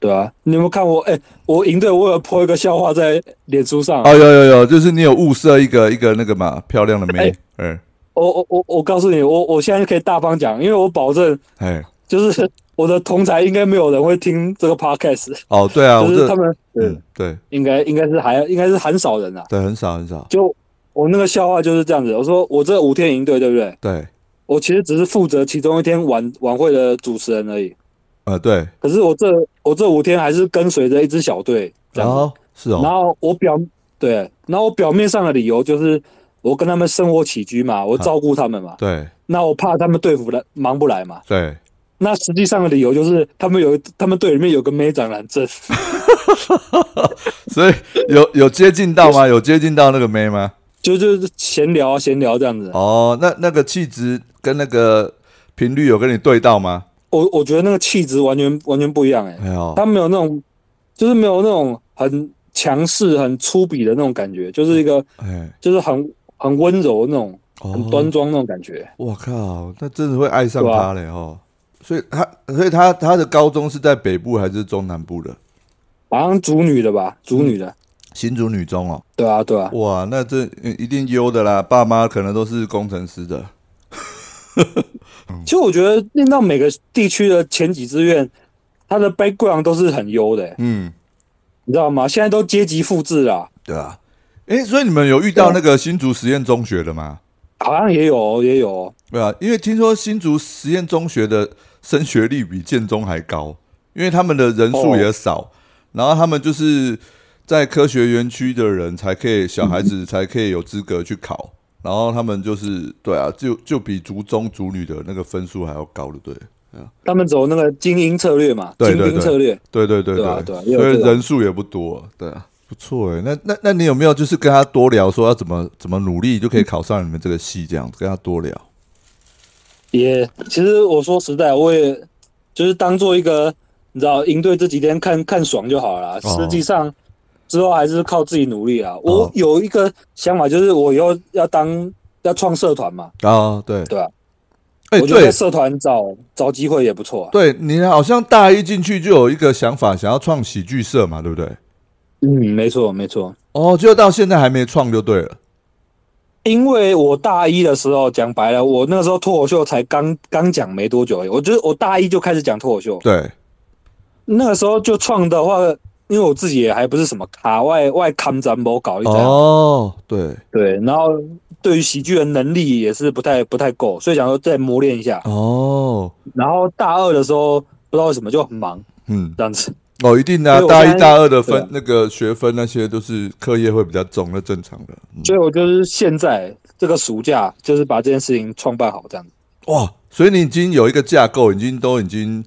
S3: 对啊，你有没有看我？哎、我赢队，我有泼一个笑话在脸书上。啊
S2: 哦，有有有，就是你有物色一个一个那个嘛漂亮的妹
S3: 嗯哎，
S2: 嗯，
S3: 我我我我告诉你，我我现在可以大方讲，因为我保证，
S2: 哎， *laughs*
S3: 就是我的同台应该没有人会听这个 podcast，
S2: 哦，对啊，我
S3: 就是他
S2: 这，
S3: 们，嗯，
S2: 嗯，对
S3: 应该应该是还应该是很少人啊。
S2: 对，很少很少，
S3: 就我那个笑话就是这样子，我说我这五天赢队，对不对？
S2: 对，
S3: 我其实只是负责其中一天晚晚会的主持人而已，
S2: 呃，对，
S3: 可是我这我这五天还是跟随着一支小队这
S2: 然
S3: 样子。
S2: 后是
S3: 然
S2: 哦，
S3: 后我表对，然后我表面上的理由就是我跟他们生活起居嘛，我照顾他们嘛，
S2: 对
S3: 那我怕他们对付不来忙不来嘛。
S2: 对，
S3: 那实际上的理由就是他们有他们队里面有个妹长得很正，
S2: 所以有有接近到吗？有接近到那个妹吗？
S3: *laughs* 就就是闲聊啊闲聊这样子。
S2: 哦，那那个气质跟那个频率有跟你对到吗？
S3: 我我觉得那个气质完全完全不一样哎、
S2: 哎呦，
S3: 他没有那种就是没有那种很强势很粗鄙的那种感觉，就是一个
S2: 哎，
S3: 就是很很温柔那种很端
S2: 哦，
S3: 庄那种感觉。
S2: 我靠，那真的会爱上
S3: 对啊
S2: 他嘞哦。所以他，所以他他的高中是在北部还是中南部的？
S3: 好像主女的吧，主女的，
S2: 新竹女中哦，
S3: 对啊对啊，
S2: *laughs* 哇，那这嗯一定优的啦，爸妈可能都是工程师的，嗯
S3: 其实我觉得念到每个地区的前几志愿，它的 background 都是很优的、
S2: 嗯，
S3: 你知道吗？现在都阶级复制啦，
S2: 对啊。诶，所以你们有遇到那个新竹实验中学的吗？
S3: 好像也有哦也有哦，
S2: 对啊，因为听说新竹实验中学的升学率比建中还高，因为他们的人数也少，然后他们就是在科学园区的人才可以，小孩子才可以有资格去考，然后他们就是对啊，就就比族中族女的那个分数还要高的，对了
S3: 他们走那个精英策略嘛，
S2: 对对
S3: 精英策略，
S2: 对对对
S3: 对啊对啊也有
S2: 所以
S3: 这种
S2: 人数也不多，对啊，不错哎。那那那你有没有就是跟他多聊，说要怎么怎么努力就可以考上你们这个系这样子，跟他多聊？
S3: 也其实我说实在，我也就是当做一个你知道应对这几天看看爽就好了啦，
S2: 哦
S3: 实际上。之后还是靠自己努力啊！我
S2: 哦
S3: 有一个想法，就是我以后要当要创社团嘛，
S2: 啊，对
S3: 对啊，
S2: 哎、
S3: 我觉得
S2: 对
S3: 在社团找找机会也不错啊。
S2: 对，你好像大一进去就有一个想法，想要创喜剧社嘛，对不对？
S3: 嗯，没错没错。
S2: 哦，就到现在还没创就对了。
S3: 因为我大一的时候，讲白了，我那个时候脱口秀才刚刚讲没多久而已，我就是我大一就开始讲脱口秀，
S2: 对，
S3: 那个时候就创的话，因为我自己也还不是什么卡外外康展某搞一张，
S2: 哦，对，
S3: 对，然后对于喜剧的能力也是不太不太够，所以想说再磨练一下。
S2: 哦，
S3: 然后大二的时候不知道为什么就很忙
S2: 嗯，
S3: 这样子，
S2: 哦，一定的、啊，
S3: 所以我
S2: 大
S3: 现
S2: 一
S3: 在
S2: 大二的分、
S3: 对啊
S2: 那个学分那些都是课业会比较重，那正常的。嗯、
S3: 所以我就是现在这个暑假就是把这件事情创办好这样子。
S2: 哇，所以你已经有一个架构，已经都已经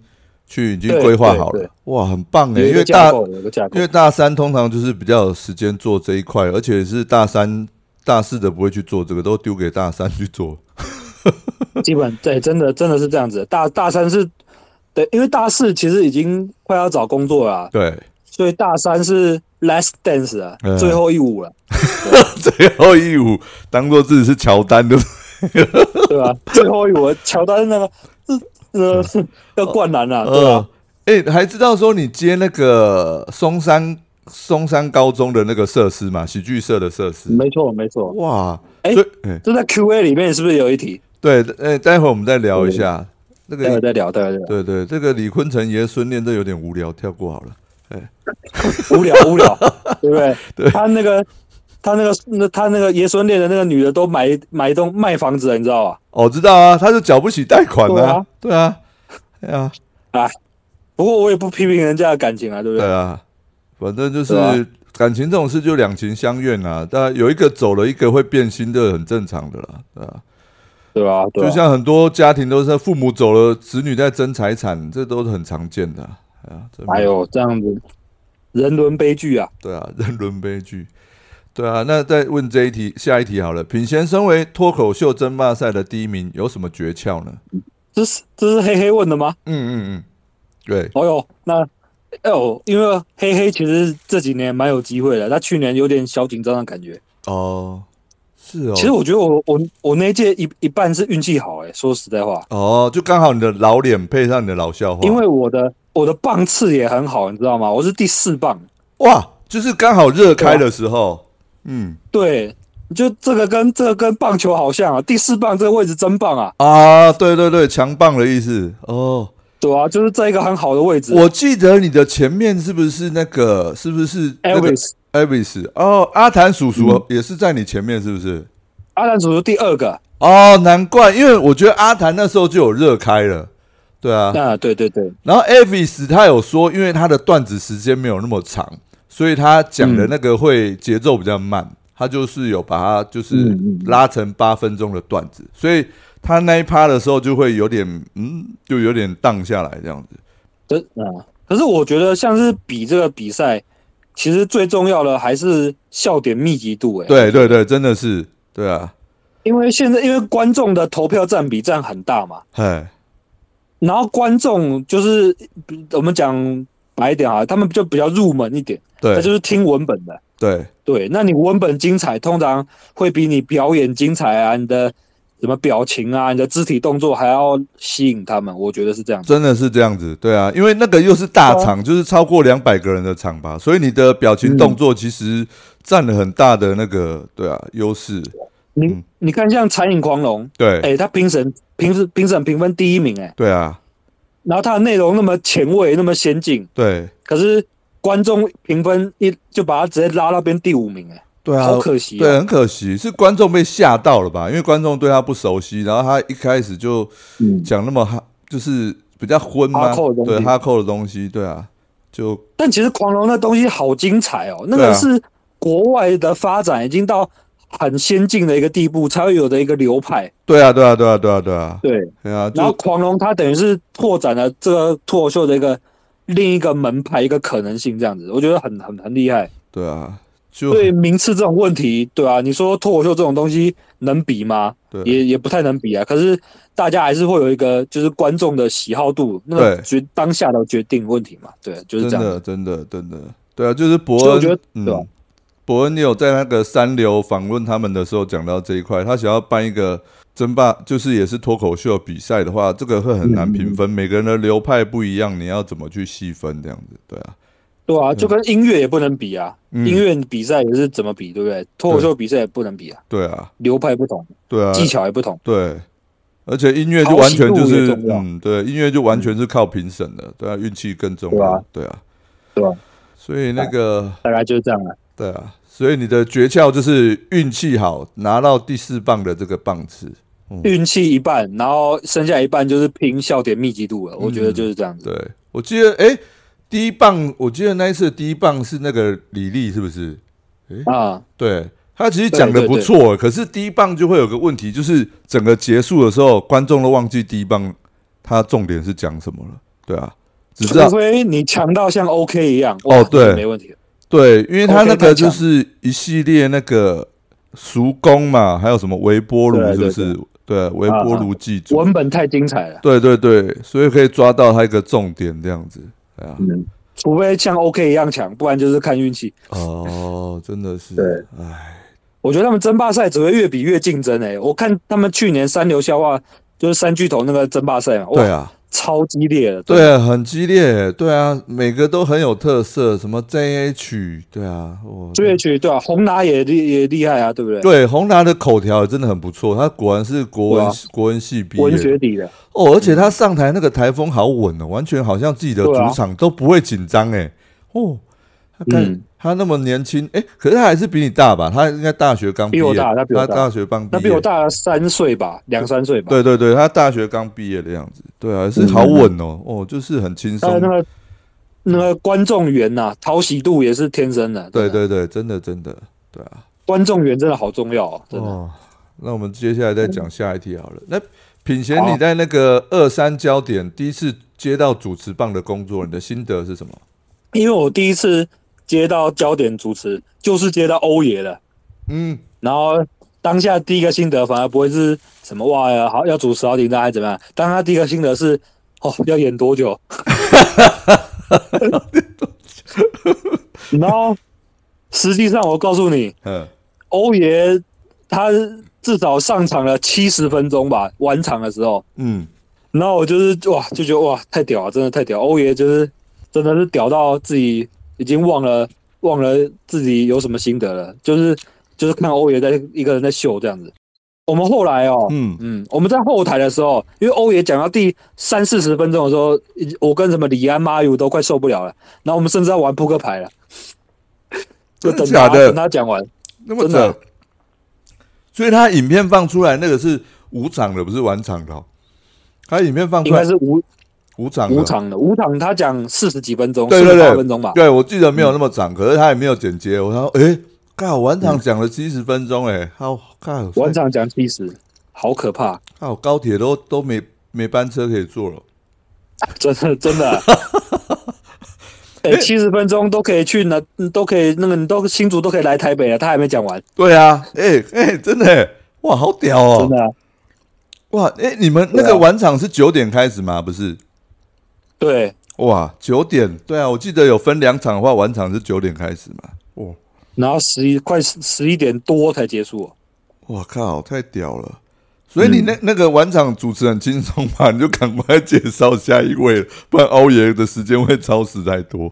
S2: 去已经
S3: 对
S2: 规划
S3: 对
S2: 好
S3: 对
S2: 了。哇，很棒哎，
S3: 有一
S2: 因为
S3: 个架
S2: 大
S3: 构，有一个架构
S2: 因为，大三通常就是比较有时间做这一块，而且是大三、大四的不会去做这个，都丢给大三去做。
S3: 基本对，真的真的是这样子。大大三是，对，因为大四其实已经快要找工作了啊、
S2: 对， *laughs*
S3: 所以大三是 last dance 啊，
S2: 嗯
S3: 最后一舞了，
S2: 最后一舞当做自己是乔丹的，
S3: 对
S2: *laughs*
S3: 吧、最后一舞，乔丹那个是呃
S2: 嗯
S3: *laughs* 要灌篮了、啊，对吧、
S2: *laughs* 呃，哎、还知道说你接那个松山松山高中的那个设施嘛，喜剧社的设施，
S3: 没错没错，
S2: 哇，
S3: 哎
S2: 所以哎
S3: 这在 Q&A 里面是不是有一题？
S2: 对，哎、待会我们再聊一下那
S3: 待会
S2: 个，
S3: 再聊，待会再聊。
S2: 对对，这个李坤城爷孙恋这有点无聊，跳过好了。
S3: 无
S2: *laughs*
S3: 聊无聊，对不对？他那个他那个那他那个爷孙恋的那个女的都买买一栋卖房子了，你知道吧？
S2: 哦，知道啊，他就缴不起贷款啊，对啊，哎呀、
S3: 不过我也不批评人家的感情啊，对不
S2: 对
S3: 对？
S2: 啊，反正就是
S3: 对啊
S2: 感情这种事就两情相愿啊，但有一个走了，一个会变心，这很正常的啦，对啊。
S3: 对吧？对
S2: 就
S3: 啊吧？
S2: 像很多家庭都是父母走了，子女在争财产，这都是很常见的啊。哎呀，这没
S3: 哎呦，这样子人伦悲剧啊！
S2: 对啊， *laughs* 人伦悲剧。对啊，那再问这一题，下一题好了。品贤身为脱口秀争霸赛的第一名，有什么诀窍呢？
S3: 这是这是黑黑问的吗？
S2: 嗯嗯嗯，对，
S3: 哦呦，那哎呦，因为黑黑其实这几年蛮有机会的，他去年有点小紧张的感觉。
S2: 哦，是哦，
S3: 其实我觉得我我我那一届一一半是运气好、哎，说实在话，
S2: 哦，就刚好你的老脸配上你的老笑话，
S3: 因为我的我的棒次也很好，你知道吗？我是第四棒，
S2: 哇，就是刚好热开的时候，嗯
S3: 对，就这个跟这个跟棒球好像啊，第四棒这个位置真棒啊，
S2: 啊，对对对，强棒的意思哦。
S3: 对啊，就是在一个很好的位置。
S2: 我记得你的前面是不是那个？是不是那个
S3: Elvis 嗯
S2: Elvis？哦，阿谭叔叔也是在你前面，是不是？
S3: 阿兰主是第二个，
S2: 哦，难怪，因为我觉得阿谭那时候就有热开了，对啊。
S3: 啊，对对对，
S2: 然后 Elvis 他有说，因为他的段子时间没有那么长，所以他讲的那个会节奏比较慢，他就是有把它就是
S3: 嗯嗯
S2: 拉成八分钟的段子，所以他那一趴的时候就会有点嗯，就有点荡下来这样子。
S3: 可啊，可是我觉得像是比这个比赛，其实最重要的还是笑点密集度、哎，，
S2: 对对对，真的是，对啊，
S3: 因为现在因为观众的投票占比占很大嘛，
S2: 嘿，
S3: 然后观众就是我们讲白一点啊，他们就比较入门一点，他就
S2: 对
S3: 是听文本的。
S2: 对
S3: 对，那你文本精彩，通常会比你表演精彩啊，你的什么表情啊，你的肢体动作还要吸引他们，我觉得是这样。
S2: 真的是这样子，对啊，因为那个又是大
S3: 哦
S2: 场，就是超过两百个人的场吧，所以你的表情
S3: 嗯
S2: 动作其实占了很大的那个，对啊，优势，
S3: 你
S2: 嗯
S3: 你看，像《残影狂龙》，
S2: 对，
S3: 哎，他评审评审评审评分第一名，哎，
S2: 对啊，
S3: 然后他的内容那么前卫，那么先进，
S2: 对
S3: 可是观众评分一就把他直接拉到变第五名，哎，
S2: 对啊，
S3: 好可惜啊
S2: 对，很可惜，是观众被吓到了吧？因为观众对他不熟悉，然后他一开始就
S3: 嗯，
S2: 讲那么哈，就是比较昏嘛，
S3: 哈扣的东西
S2: 对哈扣的东西，对啊，就
S3: 但其实狂龙那东西好精彩哦，那个
S2: 对啊
S3: 是国外的发展已经到很先进的一个地步才会有的一个流派，
S2: 对啊，对啊，对啊，对啊，对啊，
S3: 对。
S2: 对啊，
S3: 然后
S2: 就
S3: 狂龙它等于是拓展了这个脱口秀的一个另一个门派一个可能性，这样子，我觉得很很很厉害。
S2: 对啊，就
S3: 对名次这种问题，对啊，你说脱口秀这种东西能比吗？
S2: 对
S3: 也也不太能比啊。可是大家还是会有一个就是观众的喜好度，那个
S2: 对
S3: 决当下的决定问题嘛。对，就
S2: 真
S3: 是这样。
S2: 的，真的，真的，对啊，就是伯
S3: 所以我
S2: 恩，
S3: 觉得对啊
S2: 嗯，伯恩，你有在那个三流访问他们的时候讲到这一块，他想要办一个争霸，就是也是脱口秀比赛的话，这个会
S3: 嗯
S2: 很难评分，每个人的流派不一样，你要怎么去细分这样子？对啊，
S3: 对啊，就跟音乐也不能比啊，
S2: 嗯
S3: 音乐比赛也是怎么比，对不对？脱口秀比赛也不能比啊，
S2: 对啊，
S3: 流派不同，
S2: 对啊，
S3: 技巧也不同。
S2: 对，而且音乐就完全就
S3: 讨喜度
S2: 是
S3: 也重要
S2: 嗯，对，音乐就完全是靠评审的，对啊，运气更重要，对啊，
S3: 对啊，
S2: 所以那个
S3: 大概就是这样了。
S2: 对啊，所以你的诀窍就是运气好，拿到第四棒的这个棒次。
S3: 运气一半，然后剩下一半就是拼笑点密集度
S2: 嗯
S3: 了。我觉得就是这样子。
S2: 对，我记得，哎、第一棒，我记得那一次的第一棒是那个李丽，是不是？
S3: 啊，
S2: 对他其实讲的
S3: 对对
S2: 不
S3: 对
S2: 错，可是第一棒就会有个问题，就是整个结束的时候，观众都忘记第一棒他重点是讲什么了。对啊，只知道
S3: 除非你强到像 OK 一样，
S2: 哦
S3: 哇
S2: 对
S3: 就没问题了。
S2: 对，因为他
S3: OK，
S2: 那个
S3: 太
S2: 就
S3: 强
S2: 是一系列那个熟工嘛，还有什么微波炉，
S3: 对
S2: 是不
S3: 对
S2: 是？对，微
S3: 啊
S2: 波
S3: 啊
S2: 炉技术。
S3: 文本太精彩了，
S2: 对对对，所以可以抓到他一个重点这样子。哎呀，
S3: 嗯，除非像 OK 一样强，不然就是看运气。
S2: 哦，真的是，
S3: 对
S2: 哎，
S3: 我觉得他们争霸赛只会越比越竞争诶、欸我看他们去年三流笑话就是三巨头那个争霸赛嘛，哇
S2: 对，啊，
S3: 超激烈的。
S2: 对啊，很激烈，对啊，每个都很有特色，什么 JH，对啊，我
S3: 追 H 对啊，红拿也厉也厉害啊，对不对？
S2: 对红达的口条也真的很不错，他果然是国文、
S3: 对啊
S2: 国文系毕业
S3: 文
S2: 的
S3: 学底的，
S2: 哦，而且他上台那个台风好稳哦，完全好像自己的主
S3: 对啊
S2: 场都不会紧张哎。哦，他看、
S3: 嗯
S2: 他那么年轻，哎、可是他还是比你大吧？他应该大学刚毕业，
S3: 比我大他比我大
S2: 学刚毕
S3: 那
S2: 业，
S3: 比我大三岁吧，两三岁吧。
S2: 对对对，他大学刚毕业的样子，对啊，是好稳哦，哦，就是很轻
S3: 还有
S2: 松
S3: 那。个那个观众缘呐、讨喜度也是天生的。
S2: 对
S3: 真的，
S2: 对对，真的真的，对啊。
S3: 观众缘真的好重要、哦，真的。
S2: 哦，那我们接下来再讲下一题好了。那品贤，
S3: 好
S2: 你在那个二三焦点第一次接到主持棒的工作，你的心得是什么？
S3: 因为我第一次接到焦点主持，就是接到欧爷的，
S2: 嗯，
S3: 然后当下第一个心得反而不会是什么哇，好要主持好紧张还是怎么样，当他第一个心得是哦要演多久， *laughs* 然后实际上我告诉你，
S2: 嗯，
S3: 欧爷他至少上场了七十分钟吧，完场的时候。
S2: 嗯，
S3: 然后我就是哇，就觉得哇，太屌了，真的太屌！欧爷就是真的是屌到自己已经忘了忘了自己有什么心得了，就是就是看欧爷在一个人在秀这样子。我们后来哦，
S2: 嗯
S3: 嗯，我们在后台的时候，因为欧爷讲到第三四十分钟的时候，我跟什么李安、马友都快受不了了，然后我们甚至要玩扑克牌了，就
S2: *laughs* 真的
S3: 等
S2: 假
S3: 他
S2: 的
S3: 等？他讲完，
S2: 那么
S3: 真的
S2: 扯，所以他影片放出来那个是无场的，不是完场的、哦。他影片放
S3: 应
S2: 出
S3: 该
S2: 来
S3: 是五
S2: *laughs* 无场的，
S3: 五场的，五场他讲四十几分钟，
S2: 对
S3: 四
S2: 对
S3: 十
S2: 对
S3: 八分钟吧，
S2: 对我记得没有那么长，可是他也没有剪接。我说，诶，靠，完
S3: 嗯
S2: 场讲了七十分钟、诶，好，靠，
S3: 完场讲七十，好可怕。
S2: 靠，高铁都都没没班车可以坐了。
S3: 真 *laughs* 的真的。啊哎、七十分钟都可以去呢，都可以那个，你都新竹都可以来台北了，他还没讲完，
S2: 对啊，诶诶，真的、诶哇，好屌
S3: 真
S2: 哦，
S3: 的啊、
S2: 哇，诶，你们那
S3: 对
S2: 个
S3: 啊
S2: 晚场是九点开始吗？不是，
S3: 对，
S2: 哇，九点，对啊，我记得有分两场的话，晚场是九点开始嘛。哇，
S3: 然后十一快十一点多才结束，哦
S2: 我靠，太屌了！所以
S3: 嗯
S2: 你那、那个晚场主持很轻松嘛，你就赶快介绍下一位了，不然欧爷的时间会超时太多。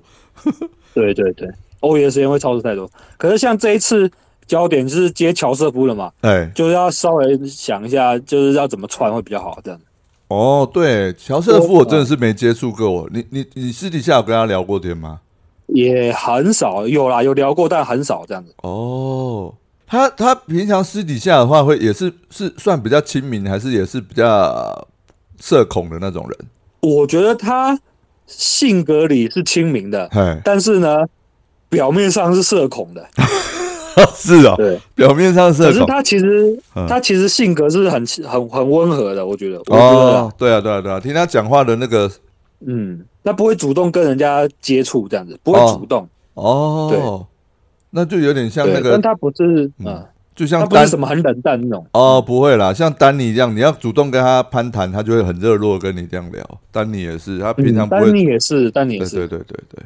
S3: 对对对，欧爷的 E 时间会超出太多。可是像这一次焦点是接乔瑟夫了嘛，
S2: 哎，
S3: 就是要稍微想一下，就是要怎么串会比较好，这样。
S2: 哦，对，乔瑟夫
S3: 我
S2: 我真的是没接触过，你你你私底下有跟他聊过天吗？
S3: 也很少有啦，有聊过，但很少这样子。
S2: 哦，他他平常私底下的话会也是是算比较亲民，还是也是比较社恐的那种人？
S3: 我觉得他性格里是亲民的，
S2: 嘿，
S3: 但是呢，表面上是社恐的。
S2: *laughs* 是哦，
S3: 对，
S2: 表面上
S3: 可
S2: 社
S3: 是
S2: 恐。
S3: 他其实
S2: 嗯
S3: 他其实性格是很很很温和的，我觉得，我觉得啦，
S2: 哦，对啊，对啊，对啊，听他讲话的那个
S3: 嗯，他不会主动跟人家接触这样子，不会
S2: 哦
S3: 主动，
S2: 哦，那就有点像
S3: 对
S2: 那，
S3: 但
S2: 个，
S3: 他不是，
S2: 嗯
S3: 嗯，
S2: 就
S3: 他
S2: 像
S3: 不是
S2: 丹
S3: 什么很冷淡那种，
S2: 哦，不会啦，像丹尼一样，你要主动跟他攀谈，他就会很热络地跟你这样聊。丹尼也是，他平常
S3: 嗯，
S2: 不会，
S3: 丹尼也是，丹尼也
S2: 对对
S3: 是，
S2: 对对对，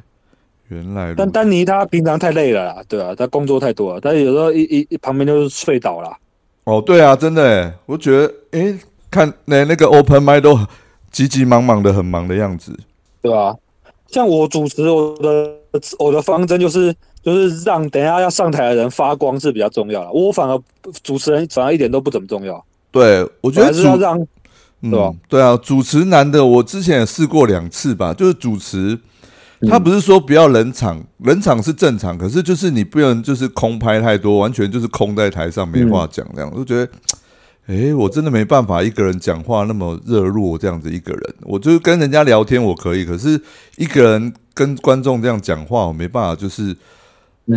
S2: 原来如
S3: 但丹尼他平常太累了啦，对啊，他工作太多了，但有时候一一一旁边就是睡倒啦，
S2: 哦，对啊，真的诶，我觉得诶，看那、那个 open m i 都急急忙忙的，很忙的样子。
S3: 对吧？像我主持我的我的方针就是就是让等一下要上台的人发光是比较重要的，我反而主持人反而一点都不怎么重要，
S2: 对，我觉得
S3: 我还是要
S2: 主
S3: 让对吧
S2: 嗯，对啊，主持男的我之前也试过两次吧，就是主持，他不是说不要冷场，冷场是正常，可是就是你不能就是空拍太多，完全就是空在台上没话讲这样，我就觉得。诶，我真的没办法一个人讲话那么热络，这样子一个人，我就是跟人家聊天我可以，可是一个人跟观众这样讲话，我没办法，就是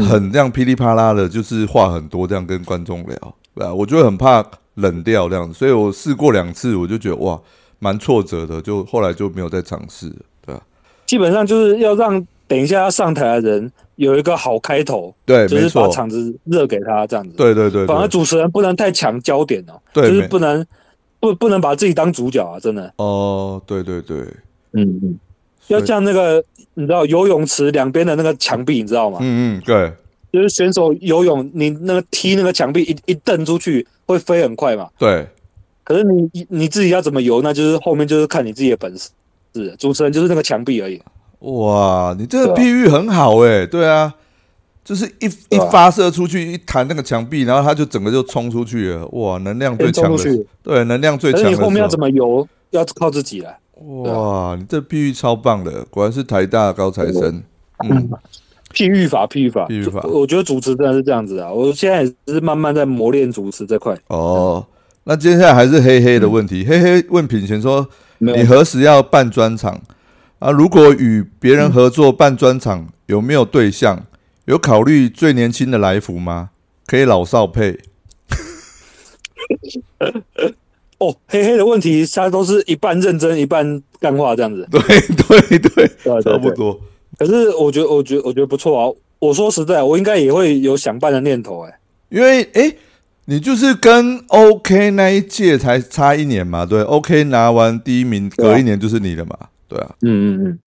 S2: 很这样噼里啪啦的，就是话很多这样跟观众聊，对啊，我就很怕冷掉这样，所以我试过两次，我就觉得哇，蛮挫折的，就后来就没有再尝试了，对啊，
S3: 基本上就是要让等一下要上台的人有一个好开头，
S2: 对，
S3: 就
S2: 没
S3: 是把
S2: 错，
S3: 场子热给他这样子。，
S2: 对对对，
S3: 反而
S2: 对
S3: 主持人不能太抢焦点哦，
S2: 对
S3: 就是
S2: 没
S3: 不能不不能把自己当主角啊，真的。
S2: 哦，对对对，
S3: 嗯嗯，
S2: 所以
S3: 要像那个你知道游泳池两边的那个墙壁，你知道吗？
S2: 嗯嗯，对，
S3: 就是选手游泳，你那个踢那个墙壁一一蹬出去会飞很快嘛，
S2: 对，
S3: 可是你你自己要怎么游，那就是后面就是看你自己的本事。是主持人就是那个墙壁而已。
S2: 哇，你这
S3: 对
S2: 个
S3: 啊
S2: 比喻很好哎、对啊，就是一一
S3: 对啊
S2: 发射出去，一弹那个墙壁，然后它就整个就冲出去了，哇，能量最
S3: 哎先冲
S2: 强的
S3: 出
S2: 时候
S3: 去，
S2: 对，能量最
S3: 可
S2: 强的
S3: 是你
S2: 时
S3: 后面要
S2: 候
S3: 怎。么游，要靠自己了。
S2: 哇，你这比喻超棒的，果然是台大高材生。嗯，
S3: 譬喻法，譬喻法，
S2: 譬喻法
S3: 就我觉得主持真的是这样子啊，我现在也是慢慢在磨练主持这块。
S2: 哦，那接下来还是黑黑的
S3: 嗯
S2: 问题。黑黑问品贤说：“
S3: 没有
S2: 你何时要办专场啊？如果与别人合作办专场，有没有对象？有考虑最年轻的来福吗？可以老少配。
S3: 哦，黑黑的问题，他都是一半认真一半干话这样子”。
S2: 对 *laughs* 对对，差
S3: 对对
S2: 不
S3: 对。
S2: 多。
S3: 可是我觉得，我觉得，我觉得不错啊。我说实在，我应该也会有想办的念头、哎，
S2: 因为诶，你就是跟 OK 那一届才差一年嘛，对，OK 拿完第一名，
S3: 对啊
S2: 隔一年就是你了嘛，对啊，
S3: 嗯嗯嗯，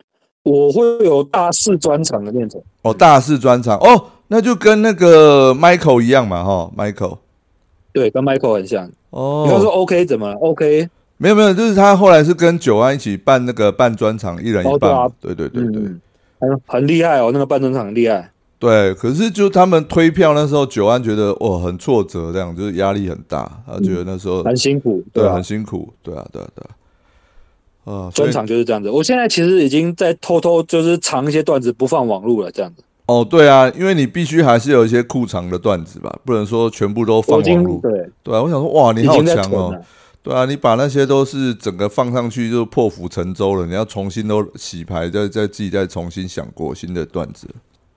S3: 我会有大四专场的念头。
S2: 哦，大四专场哦，那就跟那个 Michael 一样嘛，哈，Michael。
S3: 对，跟 Michael 很像。
S2: 哦，
S3: 你要说 OK 怎么了？OK，
S2: 没有没有，就是他后来是跟九安一起办那个办专场，一人一
S3: 哦
S2: 半。
S3: 对啊
S2: 对对对对、
S3: 嗯，很很厉害哦，那个半专场很厉害。
S2: 对。可是就他们推票那时候，九安觉得哦很挫折，这样就是压力很大，他觉得那时候、
S3: 很辛苦，
S2: 对、啊
S3: 吧
S2: 很？辛苦，对啊对啊对啊。啊，所
S3: 专
S2: 以
S3: 场就是这样子。我现在其实已经在偷偷就是藏一些段子不放网路了，这样子。
S2: 哦对啊，因为你必须还是有一些裤长的段子吧，不能说全部都放
S3: 我已
S2: 网
S3: 经
S2: 路。
S3: 对，
S2: 对啊，我想说哇，你
S3: 已
S2: 好
S3: 经在
S2: 强
S3: 囤
S2: 哦。
S3: 了。
S2: 对啊，你把那些都是整个放上去就破釜沉舟了，你要重新都洗牌，再再自己再重新想过新的段子。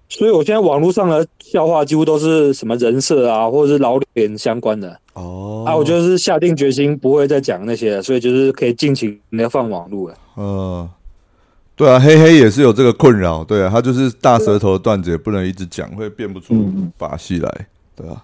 S3: 所以我现在网络上的笑话几乎都是什么人设啊，或者是老脸相关的
S2: 哦
S3: 啊。我就是下定决心不会再讲那些了，所以就是可以尽情的放网路了。
S2: 呃，对啊，黑黑也是有这个困扰，对啊，他就是大舌头的段子也不能一直讲，会变不出
S3: 嗯
S2: 把戏来，对啊，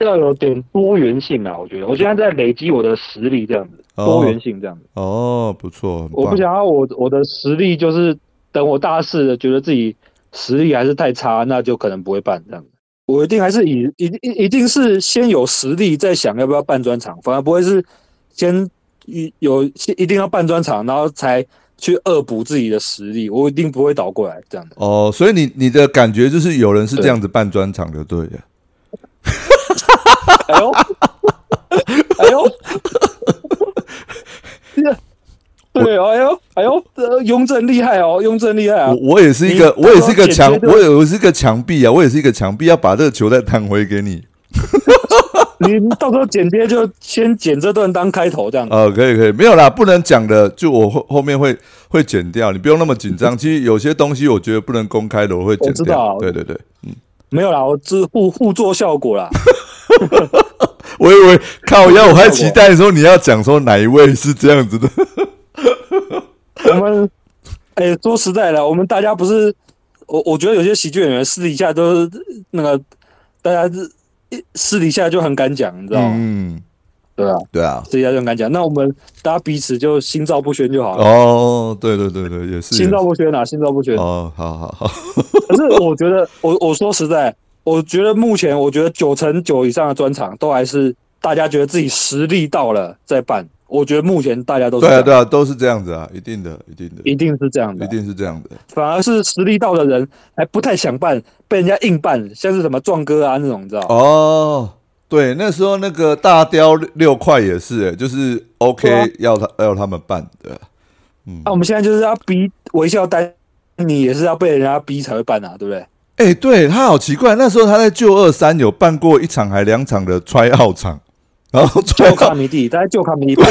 S3: 要有点多元性啊，我觉得我现在在累积我的实力，这样子，
S2: 哦
S3: 多元性这样子。
S2: 哦，不错，很
S3: 我不
S2: 棒，。
S3: 想要我我的实力就是等我大四了，觉得自己实力还是太差，那就可能不会办这样。我一定还是以一定一定是先有实力，再想要不要办专场，反而不会是先一有先一定要办专场，然后才去恶补自己的实力。我一定不会倒过来这样的
S2: 哦，所以你你的感觉就是有人是这样子办专场的，对啊的，
S3: *laughs* 哎呦，哎呦。 *laughs* 啊对哦，哎呦，哎呦，呃雍正厉害哦，雍正厉害啊！
S2: 我我也是一个，
S3: 你
S2: 我也是一个
S3: 这
S2: 墙
S3: 种，解决
S2: 我也我是一个墙壁啊，我也是一个墙壁，要把这个球再弹回给你，
S3: 你到时候剪接就先剪这段当开头这样子。
S2: 呃，可以可以，没有啦，不能讲的，就我后后面会会剪掉，你不用那么紧
S3: *laughs*
S2: 张。其实有些东西我觉得不能公开的，我会剪
S3: 我知
S2: 掉
S3: 道。
S2: 对对对，
S3: 没有啦，我是互互做效果啦。 *laughs*
S2: *laughs* 我以为靠腰，我还期待说你要讲说哪一位是这样子的。
S3: 我们，哎、说实在的，我们大家不是，我我觉得有些喜剧演员私底下都是那个，大家是一私底下就很敢讲，你知道吗？
S2: 嗯，
S3: 对啊，
S2: 对啊。
S3: 私底下就很敢讲。那我们大家彼此就心照不宣就好了。
S2: 哦，对对对对，也是。
S3: 啊心照不宣啊，心照不宣。
S2: 哦，好好好，
S3: 可是我觉得，我我说实在，我觉得目前我觉得九成九以上的专场都还是大家觉得自己实力到了再办。我觉得目前大家都是
S2: 对
S3: 这
S2: 啊嗯
S3: 样
S2: 对啊，都是这样子啊，一定的，一定的，
S3: 一定是这样的
S2: 一，定是这样的。
S3: 反而是实力到的人还不太想办，被人家硬办，像是什么壮哥啊那种，你知道？
S2: 哦，对，那时候那个大雕六六块也是，哎就是
S3: 啊
S2: OK 要他要他们办啊的。
S3: 那、我们现在就是要逼微笑丹，你也是要被人家逼才会办啊，对
S2: *laughs*
S3: 不对？
S2: 哎、对他好奇怪，那时候他在旧二三有办过一场还两场的 try out 场，然后 try
S3: 救卡
S2: out
S3: 米蒂，大家救卡米蒂
S2: *laughs*
S3: 办，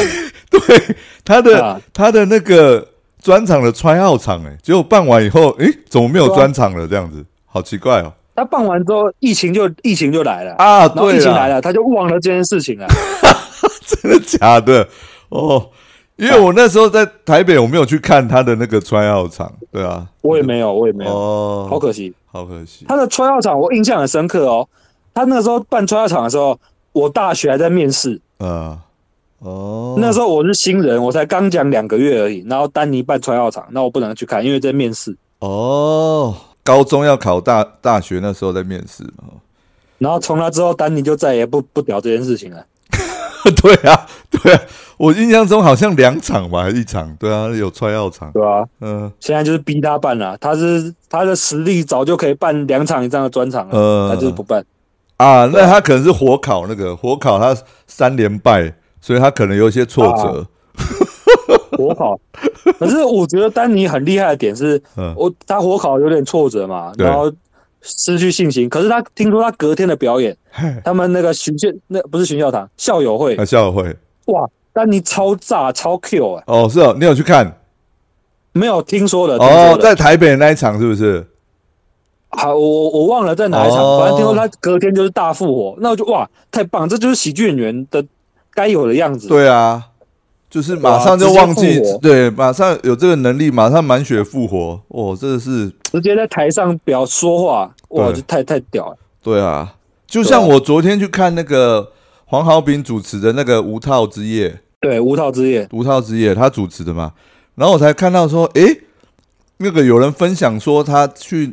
S2: 对 *laughs* 他的、
S3: 啊
S2: 他的那个专场的 try out 场、哎，结果办完以后，哎、怎么没有
S3: 对啊
S2: 专场了？这样子，好奇怪哦。
S3: 他办完之后，疫情就疫情就来了，
S2: 啊，
S3: 然后疫
S2: 对
S3: 情来
S2: 了，
S3: 了，他就忘了这件事情了。
S2: *laughs* 真的假的？哦，因为我那时候在台北，我没有去看他的那个 try out 场，对啊，
S3: 我也没有，我也没有，
S2: 哦，
S3: 好可惜。
S2: 好可惜，
S3: 他的穿药场我印象很深刻哦，他那个时候办穿药场的时候，我大学还在面试，
S2: 呃，哦，
S3: 那时候我是新人，我才刚讲两个月而已。然后丹尼办穿药场，那我不能去看，因为在面试。
S2: 哦，高中要考大大学，那时候在面试嘛。 *laughs* 哦
S3: 然后从那之后，丹尼就再也不不聊这件事情了。
S2: 对啊，对啊，我印象中好像两场吧，还是一场？对啊，有踹药场，
S3: 对啊，
S2: 嗯
S3: 现在就是逼他办了、他是他的实力早就可以办两场以上的专场了，
S2: 呃
S3: 他就是不办。
S2: 啊，那他可能是火烤那个火烤，他三连败，所以他可能有一些挫折。
S3: 火烤，可是我觉得丹尼很厉害的点是，
S2: 嗯
S3: 啊我他火烤有点挫折嘛，
S2: 对
S3: 然后失去信心。可是他听说他隔天的表演，他们那个巡线那不是巡校堂校友会
S2: 那，校友会
S3: 哇，丹尼超炸超 Q 哎、
S2: 哦，是哦，你有去看
S3: 没有听说的
S2: 哦，
S3: 听说的
S2: 在台北那一场是不是？
S3: 啊，我我我忘了在哪一场，
S2: 哦
S3: 反正听说他隔天就是大复活，那我就哇太棒，这就是喜剧演员的该有的样子。
S2: 对啊，就是马上就忘
S3: 哇直
S2: 记
S3: 接复活，
S2: 对，马上有这个能力，马上满血复活。哦，这是
S3: 直接在台上表说话，哇，
S2: 对
S3: 这太太屌了。
S2: 对啊，就像
S3: 对啊
S2: 我昨天去看那个黄豪平主持的那个《无套之夜》。
S3: 对，无套之夜，
S2: 独套之夜，他主持的嘛。然后我才看到说，诶，那个有人分享说他去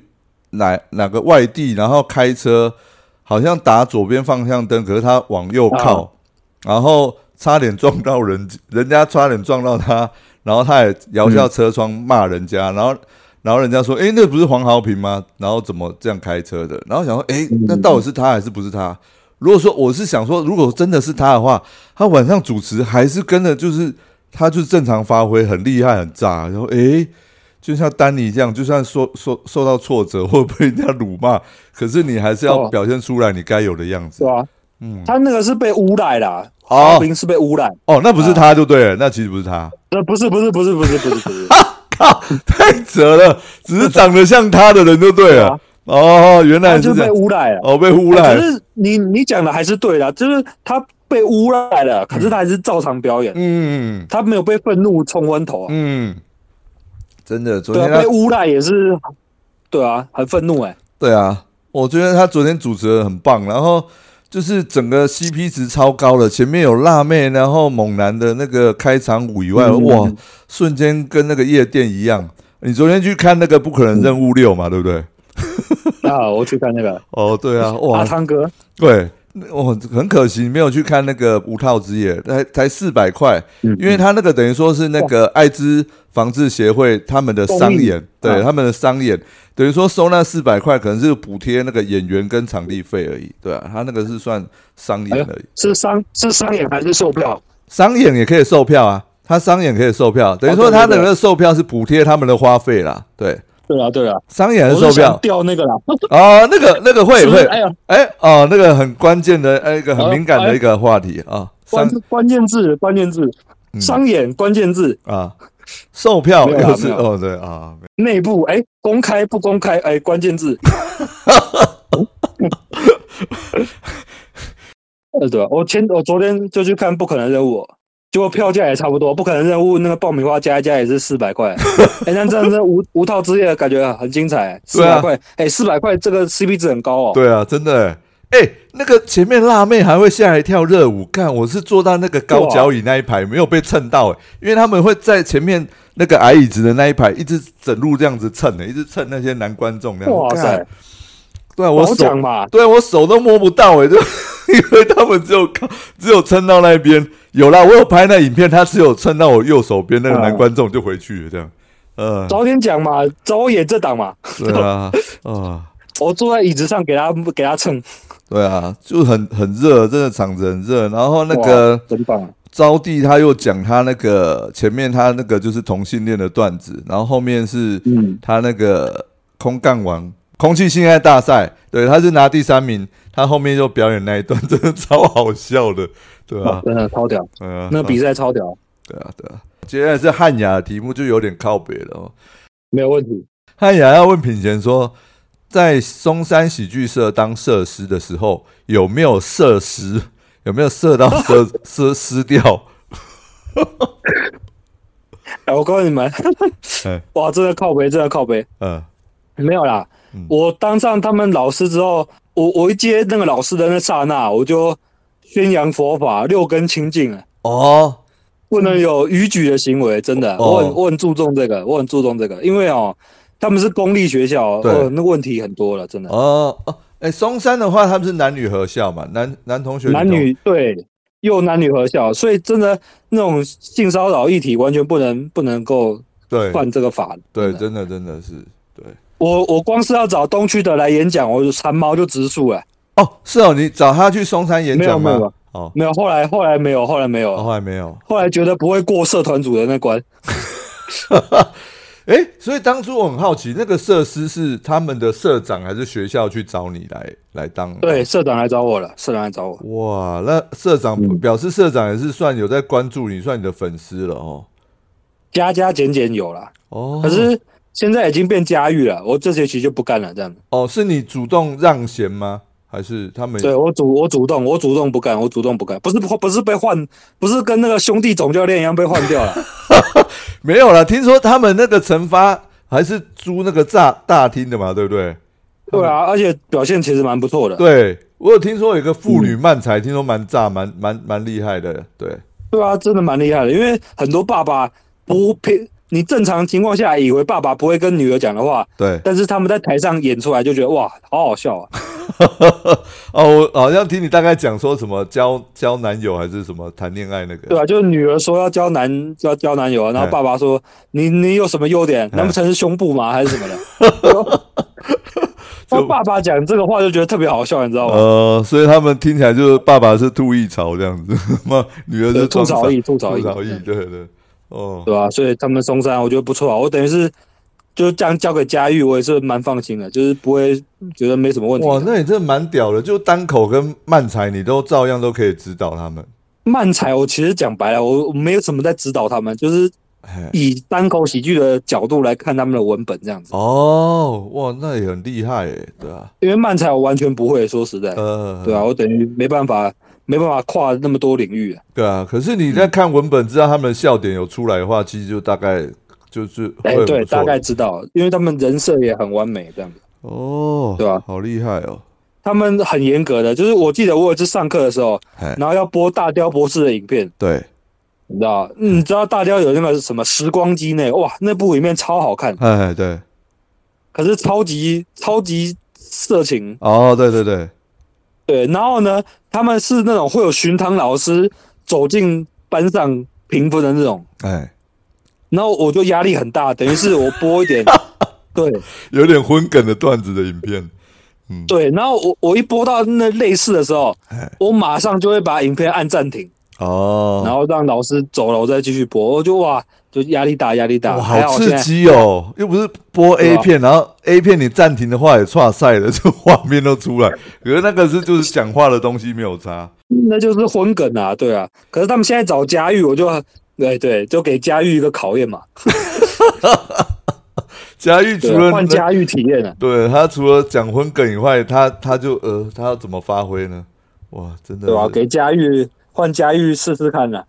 S2: 哪哪个外地，然后开车好像打左边方向灯，可是他往右靠，然后差点撞到人，人家差点撞到他，然后他也摇下车窗骂人家，然后然后人家说：“诶，那不是黄豪平吗？然后怎么这样开车的？”然后想说：“诶，那到底是他还是不是他？”如果说我是想说，如果真的是他的话，他晚上主持还是跟着就是他就是正常发挥，很厉害很炸。然后诶，就像丹尼这样，就算受受受到挫折或被人家辱骂，可是你还是要
S3: 哦
S2: 表现出来你该有的样子
S3: 对。啊吧、
S2: 嗯，
S3: 他那个是被污染啦，
S2: 哦
S3: 阿兵是被污染。
S2: 哦，那不是他就对了，那其实不是他，
S3: 呃，不是不是不是不是不是不是，
S2: 太扯了，只是长得像他的人就对
S3: 对
S2: 了
S3: 啊。
S2: 哦，原
S3: 他
S2: 来
S3: 就是
S2: 这
S3: 被
S2: 样，
S3: 污染了。
S2: 哦，被污
S3: 哎
S2: 染
S3: 可，是你你讲的还是对的，啊就是他被污染了，可是他还是照常表演，
S2: 嗯
S3: 他没有被愤怒冲昏头啊。
S2: 嗯，真的，昨
S3: 对
S2: 天他
S3: 啊，被污染也是，对啊，很愤
S2: *laughs*
S3: 怒哎、
S2: 对啊，我觉得他昨天主持的很棒，然后就是整个 CP 值超高了，前面有辣妹，然后猛男的那个开场舞以外，
S3: 嗯
S2: 哇，瞬间跟那个夜店一样。你昨天去看那个《不可能任务六》嘛，对不对？
S3: 啊，我去看那个
S2: 哦，对啊，
S3: 阿
S2: 哇，
S3: 汤哥，
S2: 对，我哦很可惜没有去看那个《无套之夜》，才才四百块，
S3: 嗯
S2: 因为他那个等于说是那个艾滋防治协会他们的商演，
S3: 公益
S2: 对
S3: 啊
S2: 他们的商演，等于说收那四百块可能是补贴那个演员跟场地费而已，对啊，他那个是算商演
S3: 哎呦
S2: 而已，
S3: 是商是商演还是售票？
S2: 商演也可以售票啊，他商演可以售票，等于说
S3: 哦对对
S2: 他的
S3: 对
S2: 那个售票是补贴他们的花费啦，对，
S3: 对啊对啊，
S2: 商演还
S3: 我
S2: 是售
S3: 是
S2: 票
S3: 想。掉那个啦，
S2: 哦，那个那个会
S3: 是不
S2: 会
S3: 是，哎呀，
S2: 哎哦，那个很关键的，哎，一个很
S3: 哦
S2: 敏感的
S3: 哎
S2: 一个话题啊，商
S3: 关关键字关键字，
S2: 嗯
S3: 商演关键字
S2: 啊，售票
S3: 没有啦
S2: 又是
S3: 没有
S2: 哦，对啊，没
S3: 内部哎、公开不公开哎、关
S2: *laughs*
S3: 键字。呃，对啊，我前我昨天就去看《不可能任务》，哦结果票价也差不多，《不可能任务》那个爆米花加一加也是四
S2: *laughs*
S3: 百块。哎、那这样子无无套之夜感觉很精彩，四
S2: 对啊
S3: 百块，哎、4四百块这个 CP 值很高哦。
S2: 对啊，真的哎、欸那个前面辣妹还会下来跳热舞，看我是坐到那个高脚椅那一排，没有被蹭到、欸，因为他们会在前面那个矮椅子的那一排一直整路这样子蹭的、欸一直蹭那些男观众这样子。
S3: 哇塞
S2: 干，对啊，我
S3: 我
S2: 手
S3: 讲嘛，
S2: 对我手都摸不到哎、欸，就 *laughs* 因为他们只有靠只有撑到那边，有啦，我有拍那影片，他只有撑到我右手边那个男
S3: 嗯
S2: 观众就回去了这样，呃，
S3: 早点讲嘛，早演这档嘛，
S2: 对啊，啊、
S3: 我坐在椅子上给他给他蹭，
S2: 对啊，就很很热，真的场子很热。然后那个
S3: 哇真棒啊！
S2: 招娣他又讲他那个前面他那个就是同性恋的段子，然后后面是
S3: 嗯
S2: 他那个空干王空气性爱大赛，对，他是拿第三名，他后面就表演那一段，真的超好笑的，对啊，
S3: 真的超屌，
S2: 嗯、啊，
S3: 那比赛超屌，
S2: 对啊，对啊。接下来是汉雅的题目，就有点靠北了哦。
S3: 没有问题。
S2: 汉雅要问品贤说，在松山喜剧社当设施的时候，有没有设施？有没有射到射 *laughs* 射失掉？
S3: 哎，我告诉你们 *laughs*
S2: 哎，
S3: 哇，真的靠背，真的靠背，
S2: 嗯
S3: 没有啦。
S2: 嗯
S3: 我当上他们老师之后，我我一接那个老师的那刹那，我就宣扬佛法，六根清净啊，
S2: 哦，
S3: 不能有逾矩的行为，真的。
S2: 哦
S3: 我很我很注重这个，我很注重这个，因为哦，他们是公立学校，
S2: 对
S3: 哦，那问题很多了，真的。
S2: 哦哦，哎、松山的话，他们是男女合校嘛，男男同学
S3: 男
S2: 同
S3: 女对又男女合校，所以真的那种性骚扰议题完全不能不能够
S2: 对
S3: 犯这个法的。
S2: 对，
S3: 真的
S2: 真的真的是对
S3: 我我光是要找东区的来演讲，我就馋毛就直竖了。
S2: 哦，是哦，你找他去松山演讲
S3: 没有没
S2: 吗
S3: 有？
S2: 哦，
S3: 没有，后来后来没有，后来没有，
S2: 哦后来没有。
S3: 后来觉得不会过社团组的那关。
S2: 哎、所以当初我很好奇，那个设施是他们的社长还是学校去找你来来当？
S3: 对，社长来找我了，社长来找我。
S2: 哇，那社长
S3: 嗯
S2: 表示社长也是算有在关注你，算你的粉丝了哦。
S3: 加加减减有啦，
S2: 哦，
S3: 可是现在已经变家域了，我这学期就不干了这样。
S2: 哦，是你主动让贤吗？还是他们
S3: 对我主我主动我主动不干，我主动不干，不是不是被换，不是跟那个兄弟总教练一样被换掉了。
S2: 没有了？听说他们那个惩罚还是租那个大大厅的嘛，对不对？
S3: 对啊，而且表现其实蛮不错的。
S2: 对，我有听说有一个妇女漫才，听说蛮炸，蛮蛮蛮厉害的。对，
S3: 对啊，真的蛮厉害的，因为很多爸爸不偏你正常情况下以为爸爸不会跟女儿讲的话，
S2: 对， *laughs*
S3: 但是他们在台上演出来就觉得哇，好好笑啊！
S2: 哦，我好像听你大概讲说什么交交男友还是什么谈恋爱那个，
S3: 对吧、啊就是女儿说要交男要交男友啊，然后
S2: 嗯
S3: 爸爸说你你有什么优点？
S2: 哎
S3: 难不成是胸部吗？还是什么
S2: *laughs*
S3: 的？
S2: 就
S3: 当爸爸讲这个话就觉得特别好笑，你知道吗？
S2: 呃，所以他们听起来就是爸爸是吐一槽这样子， *laughs* 妈女儿是
S3: 对吐槽
S2: 装傻
S3: 役吐槽役
S2: 吐槽役，对对，哦，
S3: 对吧、啊所以他们松山我觉得不错啊，我等于是就这样交给佳玉，我也是蛮放心的，就是不会觉得没什么问题的。
S2: 哇，那你真的蛮屌的，就单口跟慢才你都照样都可以指导他们，
S3: 漫才，我其实讲白了，我我没有什么在指导他们，就是
S2: 哎，
S3: 以单口喜剧的角度来看他们的文本这样子。
S2: 哦，哇，那也很厉害哎，对啊，
S3: 因为漫才我完全不会，说实在，
S2: 呃，
S3: 对啊，我等于没办法，没办法跨那么多领域啊。
S2: 对啊，可是你在看文本知道他们的笑点有出来的话，其实就大概就是会
S3: 哎、
S2: 很
S3: 对，
S2: 不错
S3: 大概知道，因为他们人设也很完美，这样子。
S2: 哦，
S3: 对啊
S2: 好厉害哦，
S3: 他们很严格的，就是我记得我有一次上课的时候
S2: 哎，
S3: 然后要播大雕博士的影片，
S2: 对，
S3: 你知道，
S2: 哎
S3: 你知道大雕有那个什么时光机那个，哇，那部影片超好看，
S2: 哎对，
S3: 可是超级超级色情，
S2: 哦对对对，
S3: 对，然后呢，他们是那种会有巡堂老师走进班上评分的那种，
S2: 哎，
S3: 然后我就压力很大，等于是我播
S2: *laughs*
S3: 一点，对
S2: 有点昏梗的段子的影片，
S3: 对，然后我我一播到那类似的时候
S2: 哎，
S3: 我马上就会把影片按暂停，
S2: 哦，
S3: 然后让老师走了，我再继续播，我就哇，就压力大，压力大，
S2: 哇，
S3: 还好
S2: 好
S3: 我现
S2: 刺
S3: 在。
S2: 激哦！又不是播 A 片，然后 A 片你暂停的话也岔赛了， *laughs* 这画面都出来。可是那个是就是讲话的东西没有差，
S3: 那就是昏梗啊，对啊。可是他们现在找佳玉，我就对对，就给佳玉一个考验嘛，
S2: 佳玉
S3: 对
S2: 除
S3: 啊
S2: 了
S3: 换
S2: 那
S3: 佳玉体验啊。
S2: 对他除了讲婚梗以外，他他就呃他要怎么发挥呢？哇，真的
S3: 对吧、啊
S2: 是
S3: 给佳玉换佳玉试试看啊呐、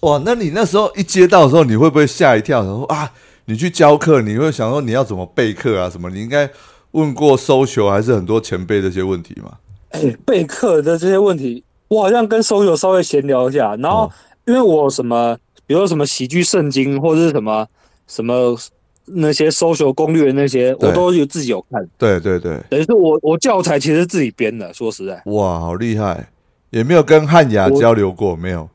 S2: 哇！那你那时候一接到的时候，你会不会吓一跳？然后啊，你去教课，你会想说你要怎么备课啊？什么？你应该问过搜求还是很多前辈这些问题嘛？
S3: 哎、备课的这些问题，我好像跟手友稍微闲聊一下，然后
S2: 哦
S3: 因为我什么，比如说什么喜剧圣经或者是什么什么那些搜求攻略那些，
S2: 对
S3: 我都有自己有看，
S2: 对对对，
S3: 等于是我我教材其实是自己编的，说实在，
S2: 哇，好厉害！也没有跟汉雅
S3: 我
S2: 交流过，没有。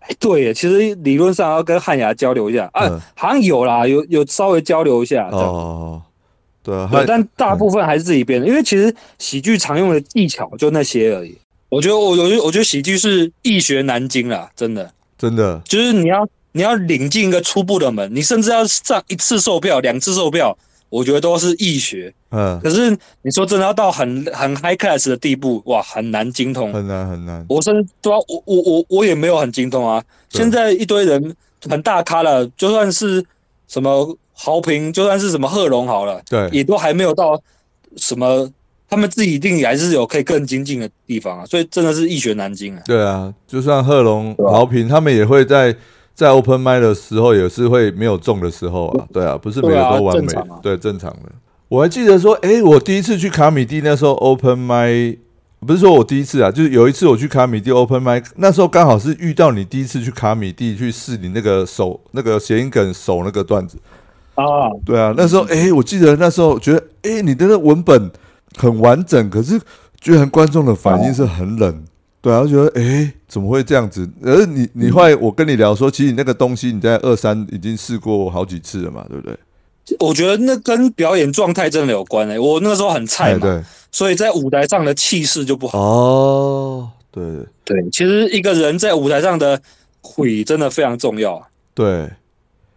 S3: 哎、对耶，其实理论上要跟汉雅交流一下啊，
S2: 嗯
S3: 好像有啦，有有稍微交流一下，啊这样
S2: 哦，对啊，
S3: 对，
S2: 汉
S3: 但大部分还是自己编的，因为其实喜剧常用的技巧就那些而已。我觉得我我觉得我觉得喜剧是易学难精啦，真的。
S2: 真的
S3: 就是你要你要领进一个初步的门，你甚至要上一次售票、两次售票，我觉得都是易学。
S2: 嗯
S3: 可是你说真的要到很很 high class 的地步，哇，很难精通。
S2: 很难很难，
S3: 我甚至都要我我我我也没有很精通啊。
S2: 对
S3: 现在一堆人很大咖了，就算是什么豪平，就算是什么贺龙好了，
S2: 对
S3: 也都还没有到什么。他们自己一定也还是有可以更精进的地方啊，所以真的是易学难精啊。
S2: 对啊，就算贺龙、
S3: 吧
S2: 敖平他们也会在在 open m i 的时候，也是会没有中的时候啊，对啊，不是每个
S3: 对啊
S2: 都完
S3: 正
S2: 美
S3: 常啊，
S2: 对，正常的。我还记得说，诶，我第一次去卡米蒂那时候 open m i 不是说我第一次啊，就是有一次我去卡米蒂 open m i 那时候刚好是遇到你第一次去卡米蒂去试你那个手那个谐音梗手那个段子，
S3: 啊，
S2: 对啊，那时候诶，我记得那时候觉得诶，你的那文本很完整，可是居然观众的反应是很冷，对啊，我觉得诶，怎么会这样子？而你你后来我跟你聊说，其实你那个东西你在二三已经试过好几次了嘛，对不对？
S3: 我觉得那跟表演状态真的有关诶、欸我那个时候很菜
S2: 哎，
S3: 嘛，
S2: 对，
S3: 所以在舞台上的气势就不好。
S2: 哦，对
S3: 对，其实一个人在舞台上的腿真的非常重要啊。
S2: 对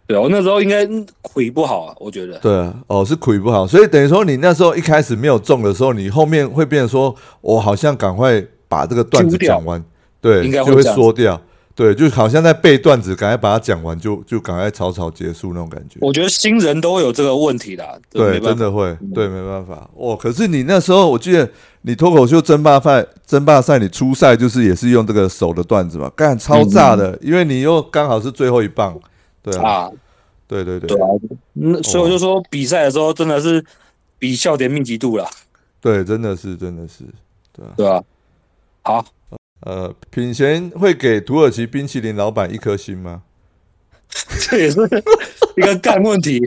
S3: 对我那时候应该嗯腿不好啊，我觉得。
S2: 对啊，哦，是腿不好，所以等于说你那时候一开始没有中的时候，你后面会变成说，我好像赶快把这个段子
S3: 揪掉
S2: 讲完，对，
S3: 应该会
S2: 就会
S3: 这样子
S2: 缩掉，对，就好像在背段子，赶快把它讲完，就就赶快草草结束那种感觉。
S3: 我觉得新人都会有这个问题啦，这
S2: 对，
S3: 没办
S2: 真
S3: 法。嗯
S2: 的会，对，没办法。哦，可是你那时候，我记得你脱口秀争霸赛，争霸赛你初赛就是也是用这个手的段子嘛，干超炸的，因为你又刚好是最后一棒，对啊，
S3: 嗯啊，
S2: 对对对
S3: 对啊，
S2: 哦
S3: 那所以我就说比赛的时候真的是比笑点密集度啦，
S2: 对，真的是真的是，
S3: 对吧、好， *laughs*
S2: 呃，品贤会给土耳其冰淇淋老板一颗星吗？
S3: 这也是一个干问
S2: *laughs*
S3: 题。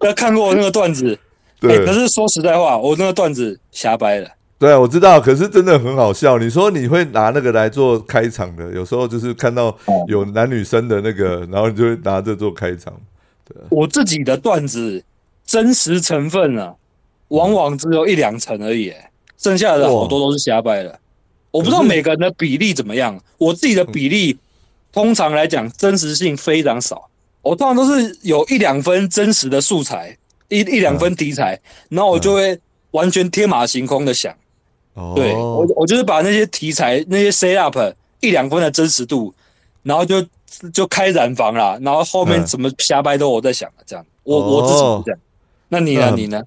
S3: 要看过我那个段子，哎、
S2: 对
S3: 可，是说实在话，我那个段子瞎掰了。
S2: 对，啊我知道，可是真的很好笑。你说你会拿那个来做开场的，有时候就是看到有男女生的那个，然后你就会拿这做开场。
S3: 我自己的段子真实成分啊，往往只有一两成而已、哎剩下的好多都是瞎掰的。我不知道
S2: 可是
S3: 每个人的比例怎么样，我自己的比例通常来讲真实性非常少，我通常都是有一两分真实的素材，一一两分题材，然后我就会完全天马行空的想。
S2: 哦，
S3: 对我，我就是把那些题材、那些 set up 一两分的真实度，然后就就开染房啦，然后后面
S2: 嗯
S3: 什么瞎掰都我在想了，这样，我、我自己
S2: 哦
S3: 是这样。那你呢？
S2: 嗯
S3: 你呢？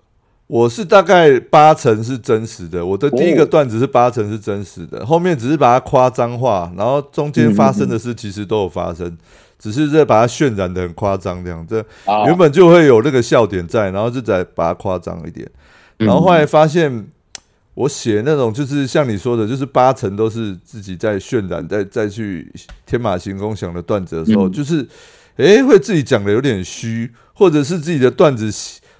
S2: 我是大概八成是真实的，我的第一个
S3: 哦
S2: 段子是八成是真实的，后面只是把它夸张化，然后中间发生的事其实都有发生，只是这把它渲染的很夸张这样，这
S3: 啊，
S2: 原本就会有那个笑点在，然后就再把它夸张一点，
S3: 嗯
S2: 然后后来发现我写那种就是像你说的，就是八成都是自己在渲染，再再去天马行空想的段子的时
S3: 嗯
S2: 候，就是诶会自己讲的有点虚，或者是自己的段子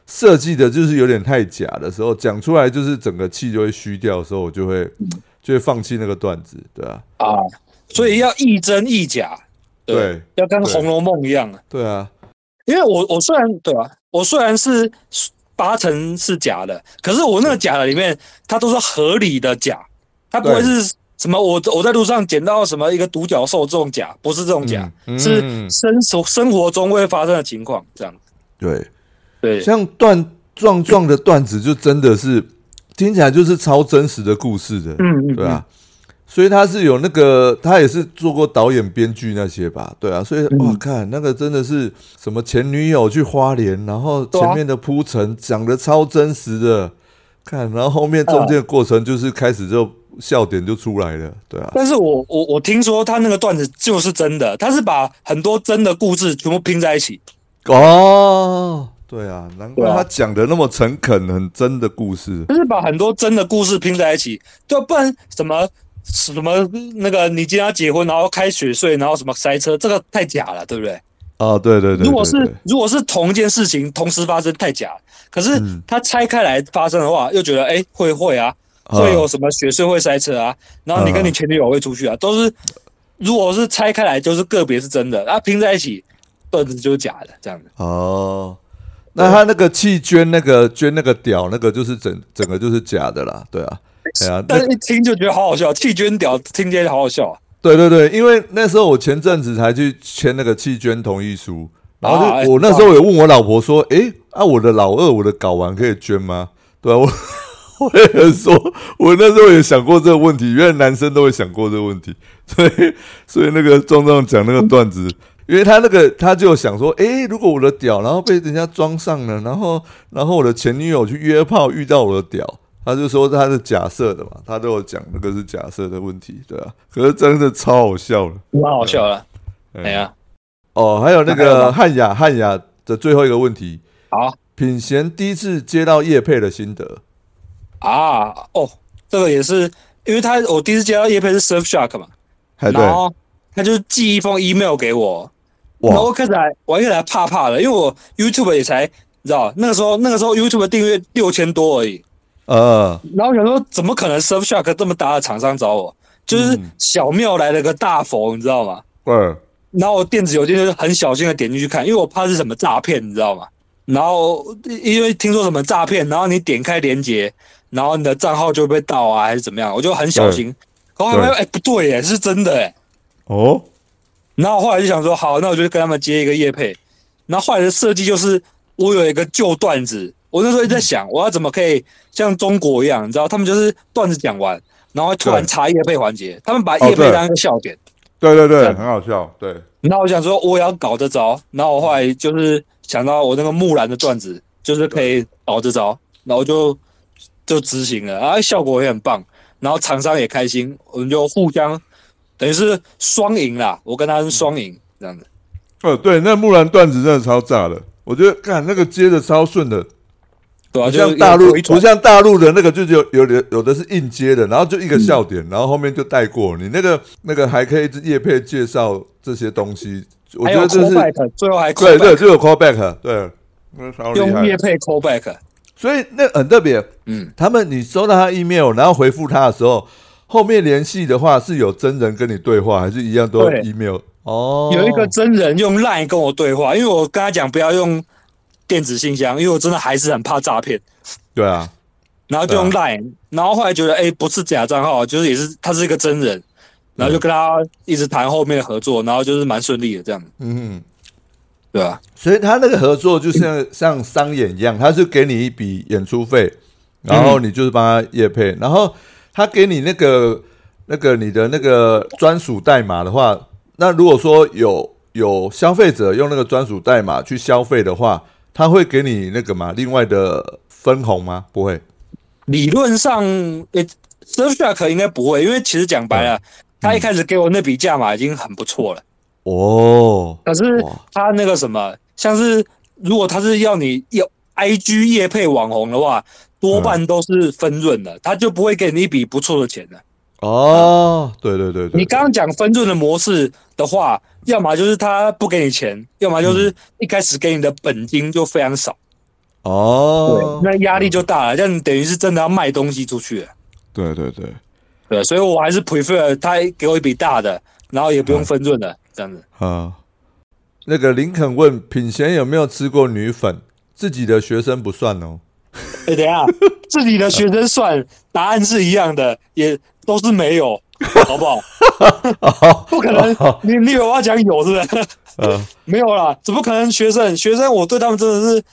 S2: 设计的就是有点太假的时候，讲出来就是整个气就会虚掉的时候，我就会
S3: 嗯
S2: 就会放弃那个段子，对啊，
S3: 啊，所以要亦真亦假，对，
S2: 对
S3: 要跟《
S2: 对
S3: 红楼梦》一样啊。
S2: 对啊，
S3: 因为我我虽然对吧、我虽然是八成是假的，可是我
S2: 嗯
S3: 那个假的里面，它都是合理的假，它不会
S2: 对
S3: 是什么我我在路上捡到什么一个独角兽这种假，不是这种假，
S2: 嗯嗯
S3: 是生活生活中会发生的情况这样。
S2: 对。
S3: 对，
S2: 像段壮壮的段子，就真的是听起来就是超真实的故事的，
S3: 嗯嗯
S2: 对啊。所以他是有那个，他也是做过导演、编剧那些吧，对啊。所
S3: 嗯
S2: 以哇，看那个真的是什么前女友去花莲，然后
S3: 对啊
S2: 前面的铺陈讲的超真实的，看，然后后面中间的过程就是开始就笑点就出来了，对啊。
S3: 但是我我我听说他那个段子就是真的，他是把很多真的故事全部拼在一起。
S2: 哦，对啊，难怪
S3: 对啊
S2: 他讲的那么诚恳，很真的故事。
S3: 就是把很多真的故事拼在一起，就不然什么什么那个你今天要结婚，然后开雪隧，然后什么塞车，这个太假了，对不对？
S2: 哦，对对对对
S3: 如果是
S2: 对
S3: 如果是同一件事情同时发生，太假了。可是
S2: 嗯
S3: 它拆开来发生的话，又觉得哎会会啊，
S2: 啊
S3: 会有什么雪隧会塞车啊，然后你跟
S2: 啊
S3: 你前女友会出去啊，都是如果是拆开来就是个别是真的，啊拼在一起段子就是假的这样子。
S2: 哦，那他那个弃捐那个捐那个屌那个就是整整个就是假的啦，对啊，对啊，
S3: 但
S2: 那
S3: 是一听就觉得好好笑，弃捐屌听起来好好笑啊。
S2: 对对对，因为那时候我前阵子才去签那个弃捐同意书，然后就、
S3: 啊哎
S2: 我那时候也问我老婆说，诶，啊我的老二我的睾丸可以捐吗？对啊，我 *laughs* 我也很说，我那时候也想过这个问题，原来男生都会想过这个问题， *laughs* 所以所以那个壮壮讲那个段子，因为他那个他就想说，诶，如果我的屌然后被人家装上了，然后然后我的前女友去约炮遇到我的屌，他就说他是假设的嘛，他都有讲那个是假设的问题，对啊，可是真的超好笑了。
S3: 蛮好笑了，哎呀、
S2: 哦，还有那
S3: 还有
S2: 个
S3: 吗
S2: 汉雅汉雅的最后一个问题，
S3: 好。
S2: 品贤第一次接到叶配的心得，
S3: 啊，哦，这个也是，因为他我第一次接到叶佩是 Surfshark 嘛，
S2: 还哎对
S3: 然后他就寄一封 email 给我，然后
S2: 哇
S3: 我开始还我一开始还怕怕的，因为我 YouTube 也才你知道那个时候那个时候 YouTube 订阅六千多而已，
S2: 呃
S3: 然后我想说怎么可能 Surfshark 这么大的厂商找我，就是小庙来了个大佛，你知道吗？
S2: 二
S3: 然后我电子邮件就是很小心的点进去看，因为我怕是什么诈骗，你知道吗？然后因为听说什么诈骗，然后你点开链接，然后你的账号就被盗啊，还是怎么样？我就很小心。然后后来发现哎不对耶，是真的哎。
S2: 哦
S3: 然后后来就想说，好，那我就跟他们接一个业配。然后后来的设计就是，我有一个旧段子，我那时候一直在
S2: 嗯
S3: 想，我要怎么可以像中国一样，你知道，他们就是段子讲完，然后突然
S2: 对
S3: 插业配环节，他们把
S2: 哦
S3: 业配
S2: 对
S3: 当一个笑点。
S2: 对对对，
S3: 对
S2: 很好笑，对
S3: 那我想说，我也要搞这招。然后我后来就是想到我那个木兰的段子，就是可以搞这招，然后就就执行了，啊，效果也很棒，然后厂商也开心，我们就互相等于是双赢啦。我跟他是双赢这样子。
S2: 呃对，那木兰段子真的超炸的，我觉得看那个接的超顺的，
S3: 对啊，
S2: 不
S3: 就
S2: 像
S3: 是
S2: 大陆
S3: 有回
S2: 不
S3: 传
S2: 像大陆的那个，就是有有的有的是硬接的，然后就一个笑点，然后后面就带过你那个那个还可以叶配介绍这些东西，我
S3: 还
S2: 觉
S3: 有
S2: 得这是
S3: callback，最后还
S2: 对对，
S3: callback，
S2: 就有 callback，对，啊那超厉
S3: 用
S2: 害哦
S3: 乐。配 callback，
S2: 所以那很特别，
S3: 嗯，
S2: 他们你收到他 email，然后回复他的时候，后面联系的话是有真人跟你对话，还是一样都有
S3: 对
S2: email？哦，
S3: 有一个真人用 LINE 跟我对话，因为我跟他讲不要用电子信箱，因为我真的还是很怕诈骗。
S2: 对啊，
S3: 然后就用 Line，、然后后来觉得哎、诶不是假账号，就是也是他是一个
S2: 嗯
S3: 真人，然后就跟他一直谈后面的合作，然后就是蛮顺利的这样，
S2: 嗯，
S3: 对啊吧、
S2: 所以他那个合作就
S3: 嗯
S2: 像像商演一样，他是给你一笔演出费，
S3: 嗯
S2: 然后你就是帮他业配，然后他给你那个那个你的那个专属代码的话，那如果说有有消费者用那个专属代码去消费的话，他会给你那个嘛另外的分红吗？不会，
S3: 理论上，诶、s u r f s h a r k 应该不会，因为其实讲白了，他一开始给我那笔价码已经很不错了，
S2: 哦，
S3: 可是
S2: 哇
S3: 他那个什么，像是如果他是要你要 IG 业配网红的话，多半都是分润的，他就不会给你一笔不错的钱的。
S2: 哦，对对对对，
S3: 你刚刚讲分润的模式的话，要么就是他不给你钱，要么就是一开始给你的本金就非常少，
S2: 哦，
S3: 那压力就大了。这样等于是真的要卖东西出去了，
S2: 对对对，
S3: 对，所以我还是 prefer 他给我一笔大的，然后也不用分润的、这样子。
S2: 啊，那个林肯问品贤有没有吃过女粉，自己的学生不算哦。
S3: 哎、等一下，自己的学生算答案是一样的，也都是没有，好不好？不可能，你你以为我要讲有是不是？
S2: 呃，
S3: *laughs* 没有啦，怎么可能？学生，学生，我对他们真的是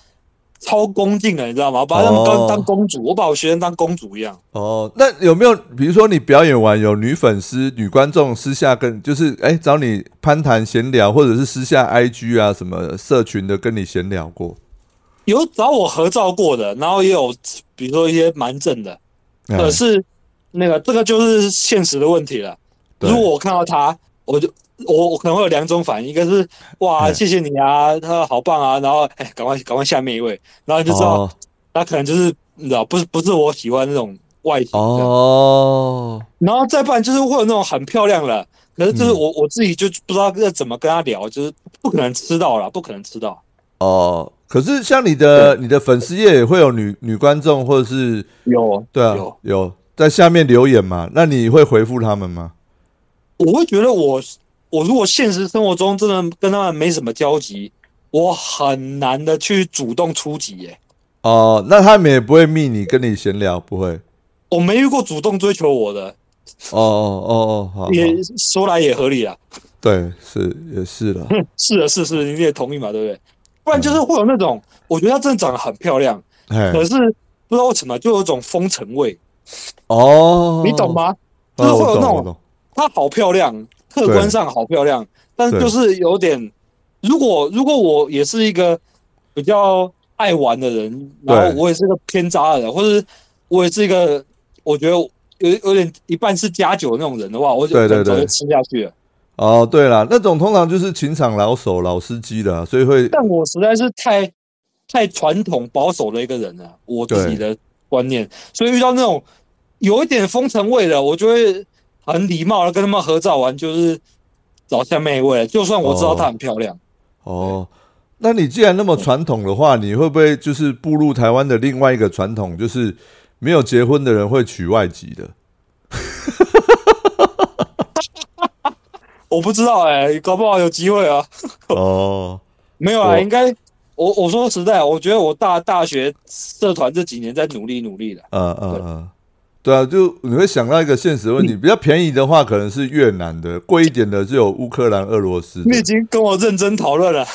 S3: 超恭敬的，你知道吗？我把他们当、
S2: 哦
S3: 当公主，我把我学生当公主一样。
S2: 哦，那有没有比如说你表演完有女粉丝、女观众私下跟就是哎找你攀谈闲聊，或者是私下 IG 啊什么社群的跟你闲聊过？
S3: 有找我合照过的，然后也有比如说一些蛮正的，可
S2: 嗯
S3: 是那个这个就是现实的问题了。
S2: 对
S3: 如果我看到他，我就我我可能会有两种反应，一个是哇
S2: 嗯
S3: 谢谢你啊，他好棒啊，然后哎赶快赶快下面一位，然后就知道
S2: 哦
S3: 他可能就是你知道不是不是我喜欢那种外形这样
S2: 哦，
S3: 然后再不然就是会有那种很漂亮了，可是
S2: 嗯
S3: 就是我、我自己就不知道要怎么跟他聊，就是不可能吃到了，不可能吃到。
S2: 哦，可是像你的你的粉丝页也会有女女观众或者是
S3: 有，
S2: 对啊
S3: 有
S2: 有在下面留言嘛？那你会回复他们吗？
S3: 我会觉得我我如果现实生活中真的跟他们没什么交集，我很难的去主动出击耶、
S2: 哦，那他们也不会密你，跟你闲聊，
S3: *laughs*
S2: 不会。
S3: 我没遇过主动追求我的，
S2: 哦哦哦哦，好，好
S3: 也说来也合理啊。
S2: 对，是也是
S3: *laughs*
S2: 了。
S3: 是的，是是，你也同意嘛，对不对？不然就是会有那种，我觉得她真的长得很漂亮，可
S2: 嘿，
S3: 是不知道为什么就有一种风尘味，
S2: 哦，
S3: 你懂？吗？就
S2: 哦、
S3: 是会
S2: 我
S3: 有那
S2: 懂，我
S3: 种
S2: 懂。
S3: 她好漂亮，客观上好漂亮，但
S2: 对
S3: 就是有点，如果如果我也是一个比较爱玩的人，
S2: 对
S3: 然后我也是一个偏渣的人，或者我也是一个我觉得有有点一半是加酒那种人的话，我就
S2: 对对
S3: 可能早
S2: 对
S3: 就吃下去了。
S2: 哦，对了，那种通常就是情场老手、老司机的啊、所以
S3: *laughs*
S2: 会
S3: 但我实在是太太传统保守的一个人了，我自己的观念，所以遇到那种有一点风尘味的，我就会很礼貌的跟他们合照完，就是找下面一位了。就算我知道她很漂亮，
S2: 哦。那你既然那么传统的话，你会不会就是步入台湾的另外一个传统，就是没有结婚的人会娶外籍的？
S3: 我不知道哎、搞不好有机会啊。
S2: 哦，
S3: 没有啊，
S2: 我
S3: 应该我我说实在，我觉得我大大学社团这几年在努力努力的。
S2: 呃呃呃，对啊，就你会想到一个现实问题，比较便宜的话可能是越南的，贵一点的就有乌克兰、俄罗斯的。
S3: 你已经跟我认真
S2: *laughs*
S3: 讨论了。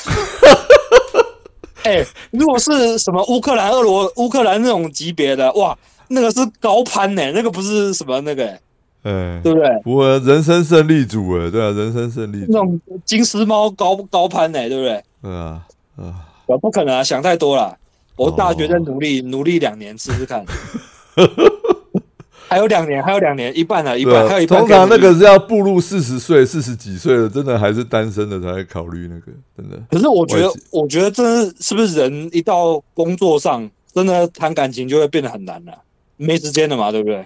S3: 哎、如果是什么乌克兰、俄罗、乌克兰那种级别的，哇，那个是高攀呢、那个不是什么那个、欸，
S2: 哎，
S3: 对不对？
S2: 不过人生胜利组哎，对啊，人生胜利组，
S3: 那种金丝猫高高攀呢、对不对？
S2: 对啊，啊，
S3: 啊，不可能啊，想太多了。我
S2: 哦
S3: 大学在努力、努力两年试
S2: *laughs*
S3: 试看，还有两年，还有两年，一半了，一
S2: 对
S3: 半，还有
S2: 啊，
S3: 一半
S2: 通
S3: 可以努
S2: 常
S3: 力。
S2: 那个是要步入四十岁、四十几岁了，真的还是单身的才会考虑那个，真的。
S3: 可是我觉
S2: 我
S3: 得
S2: 也是，
S3: 我觉得真的是不是人一到工作上，真的谈感情就会变得很难了、啊没时间了嘛，对不对？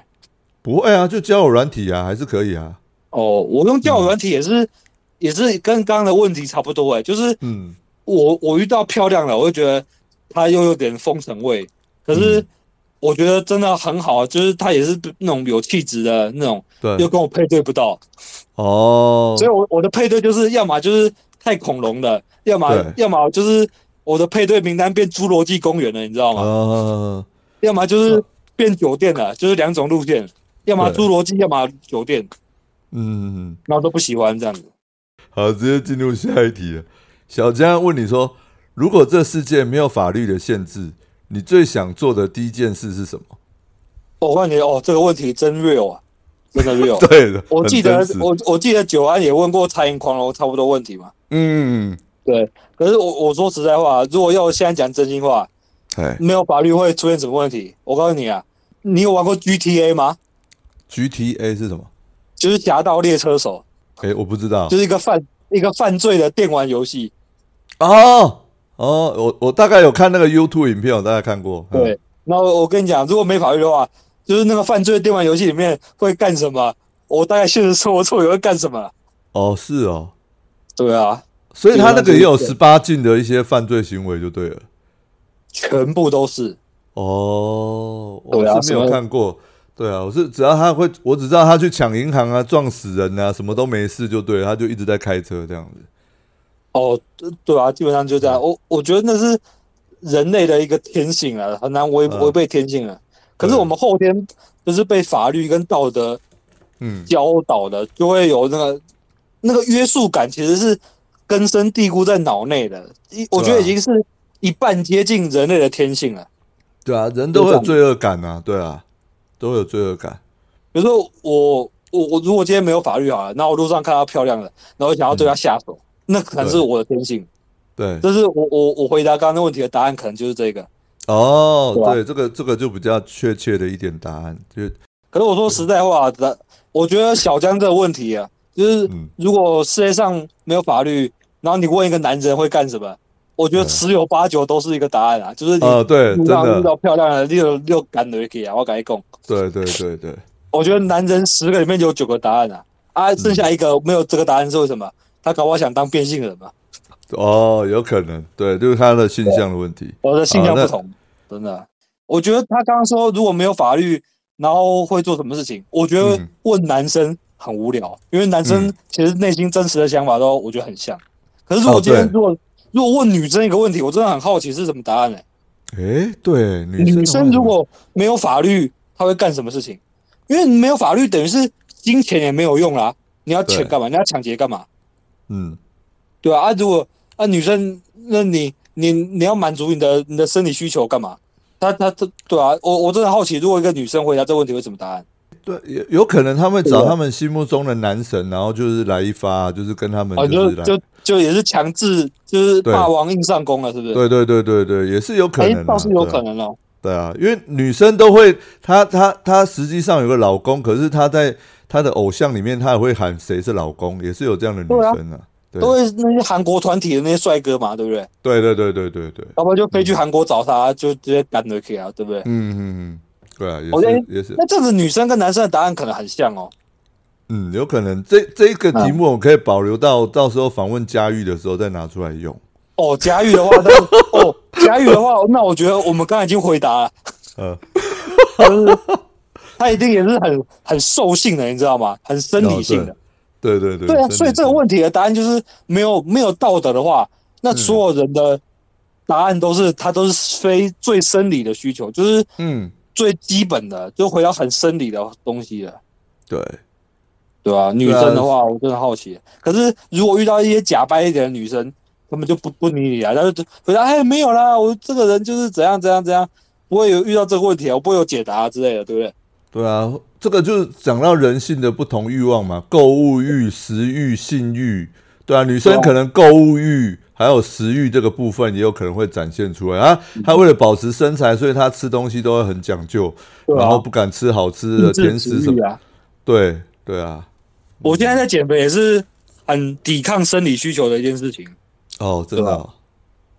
S2: 不会啊，就交友软体啊，还是可以啊。嗯
S3: 哦，我用交友软体也是、也是跟刚刚的问题差不多哎、就是
S4: 嗯，
S3: 我我遇到漂亮的，我就觉得她又有点风尘味，可
S2: 嗯
S3: 是我觉得真的很好，啊就是她也是那种有气质的那种，又
S2: 对，
S3: 跟我配对不到，
S2: 嗯哦，
S3: 所以我我的配对就是要么就是太恐龙了，要么
S2: 对
S3: 要么就是我的配对名单变侏罗纪公园了，你知道吗？
S2: 呃，
S3: 要么就是变酒店了，就是两种路线，要么
S2: 对
S3: 侏罗纪，要么酒店，
S2: 嗯，
S3: 然后都不喜欢这样子。
S2: 好，直接进入下一题了。小江问你说，如果这世界没有法律的限制，你最想做的第一件事是什么？
S3: 哦我感觉哦，这个问题真 real 啊，真的 real。
S2: *laughs* 对的，
S3: 我
S2: 很
S3: 记得
S2: 真实
S3: 我我记得久安也问过蔡英狂龙差不多问题嘛。
S2: 嗯，
S3: 对，可是我我说实在话，如果要我现在讲真心话，
S2: 哎
S3: 没有法律会出现什么问题？我告诉你啊，你有玩过 GTA 吗？
S2: ，GTA 是什么？
S3: 就是《侠盗猎车手
S2: 哎，我不知道》，
S3: 就。是一个犯一个犯罪的电玩游戏。
S2: 哦哦，我我大概有看那个 YouTube 影片，我大概看过。嗯
S3: 对，，然后我跟你讲，如果没法律的话，就是那个犯罪电玩游戏里面会干什么？我大概现实生活中也会干什么？啊
S2: 哦是哦，
S3: 对啊，
S2: 所以他那个也有
S3: 对
S2: 十八禁的一些犯罪行为就对了。
S3: 全部都是。
S2: 哦，
S3: 对啊
S2: 我是没有看过。对啊，我是只要他会，我只知道他去抢银行啊，撞死人啊，什么都没事就对了，他就一直在开车这样子。
S3: 哦，对对啊，基本上就这样。
S2: 嗯
S3: 我我觉得那是人类的一个天性啊，很难违
S2: 嗯
S3: 违背天性啊。可是
S2: 对
S3: 我们后天就是被法律跟道德
S2: 嗯，
S3: 教导的，就会有那个那个约束感，其实是根深蒂固在脑内的。一我
S2: 啊
S3: 觉得已经是一半接近人类的天性了。
S2: 对啊，人都会有罪恶感啊，对啊，都会有罪恶感。
S3: 比如说我我我如果今天没有法律好了，那我路上看到漂亮的，然后想要对她下手，那可能是
S2: 嗯对
S3: 我的天性。
S2: 对，
S3: 这是我我我回答刚刚的问题的答案，可能就是这个。
S2: 哦，
S3: 对啊
S2: 对，这个这个就比较确切的一点答案，就
S3: 可是我说实在话，咱我觉得小江这个问题啊，就是
S2: 嗯
S3: 如果世界上没有法律，然后你问一个男人会干什么，我觉得
S2: 对
S3: 十有八九都是一个答案啊，就是你
S2: 呃，对，真
S3: 遇到遇
S2: 的，
S3: 到漂亮的六六干的可以啊，我敢讲，
S2: 对对对对，
S3: 我觉得男人十个里面有九个答案啊，啊，剩下一个没有这个答案是为什么？他搞不好想当变性人嘛，
S2: 哦，有可能，对，就是他的性向的问题。
S3: 我的性
S2: 啊
S3: 向
S2: 那
S3: 不同，真的。我觉得他刚刚说如果没有法律，然后会做什么事情？我觉得
S2: 嗯
S3: 问男生很无聊，因为男生
S2: 嗯
S3: 其实内心真实的想法都我觉得很像。可是如果今天
S2: 哦对
S3: 如果、如果问女生一个问题，我真的很好奇是什么答案呢、
S2: 诶，对，女生
S3: 女生
S2: 的
S3: 如
S2: 话
S3: 果没有法律，她会干什么事情？因为没有法律，等于是金钱也没有用啦。你要钱
S2: 对
S3: 干嘛？你要抢劫干嘛？
S2: 嗯，
S3: 对啊，啊，如果啊女生，那你你你要满足你的你的生理需求干嘛？她她她对啊，我我真的好奇，如果一个女生回答这个问题会什么答案？
S2: 对，有有可能他们
S3: 对
S2: 找
S3: 啊
S2: 他们心目中的男神，然后就是来一发，就是跟他们
S3: 啊，
S2: 嗯就
S3: 就是
S2: 来，
S3: 就就也是强制，就是
S2: 对
S3: 霸王硬上弓了，是不是？
S2: 对对对对对，也是有可
S3: 哎、
S2: 能、啊，
S3: 倒是有
S2: 对啊
S3: 可能哦、
S2: 对啊，因为女生都会，她她她实际上有个老公，可是她在她的偶像里面，她也会喊谁是老公，也是有这样的女生啊。对嗯
S3: 都会那些韩国团体的那些帅哥嘛，对不对？
S2: 对对对对对对，
S3: 要不然就飞去韩国找他，就直接干回去啊，对不对？
S2: 嗯嗯嗯，对啊，
S3: 我
S2: 也
S3: 在
S2: 是也是，
S3: 那这样子，女生跟男生的答案可能很像哦。
S2: 嗯，有可能这这个题目我可以保留到到时候访问佳玉的时候再拿出来用。
S3: 哦，佳玉的话，但是哦，佳玉的话，那我觉得我们刚才已经回答了，
S2: 呃，
S3: 就是他一定也是很很兽性的，你知道吗？很生理性的。
S2: 对对哦对，
S3: 对啊，
S2: 真的
S3: 所以这个问题的答案就是没有没有道德的话，那所有人的答案都是他都是非最生理的需求，就是
S2: 嗯，
S3: 最基本的，就回到很生理的东西了。
S2: 对，
S3: 对啊，女生的话，我真的好奇。可是如果遇到一些假掰一点的女生，根本就不不理你啊，她就回答哎没有啦，我这个人就是怎样怎样怎样，不会有遇到这个问题啊，我不会有解答、之类的，对不对？
S2: 对啊，这个就是讲到人性的不同欲望嘛，购物欲、食欲、性欲。对啊，女
S3: 对
S2: 生
S3: 啊
S2: 可能购物欲还有食欲这个部分也有可能会展现出来啊。
S3: 嗯
S2: 她为了保持身材，所以她吃东西都会很讲究，
S3: 对啊
S2: 然后不敢吃好吃的
S3: 抑制
S2: 甜食什
S3: 食欲
S2: 么。
S3: 啊。
S2: 对对啊，
S3: 我现在在减肥也是很抵抗生理需求的一件事情，
S2: 哦，真的
S3: 对啊
S2: 哦、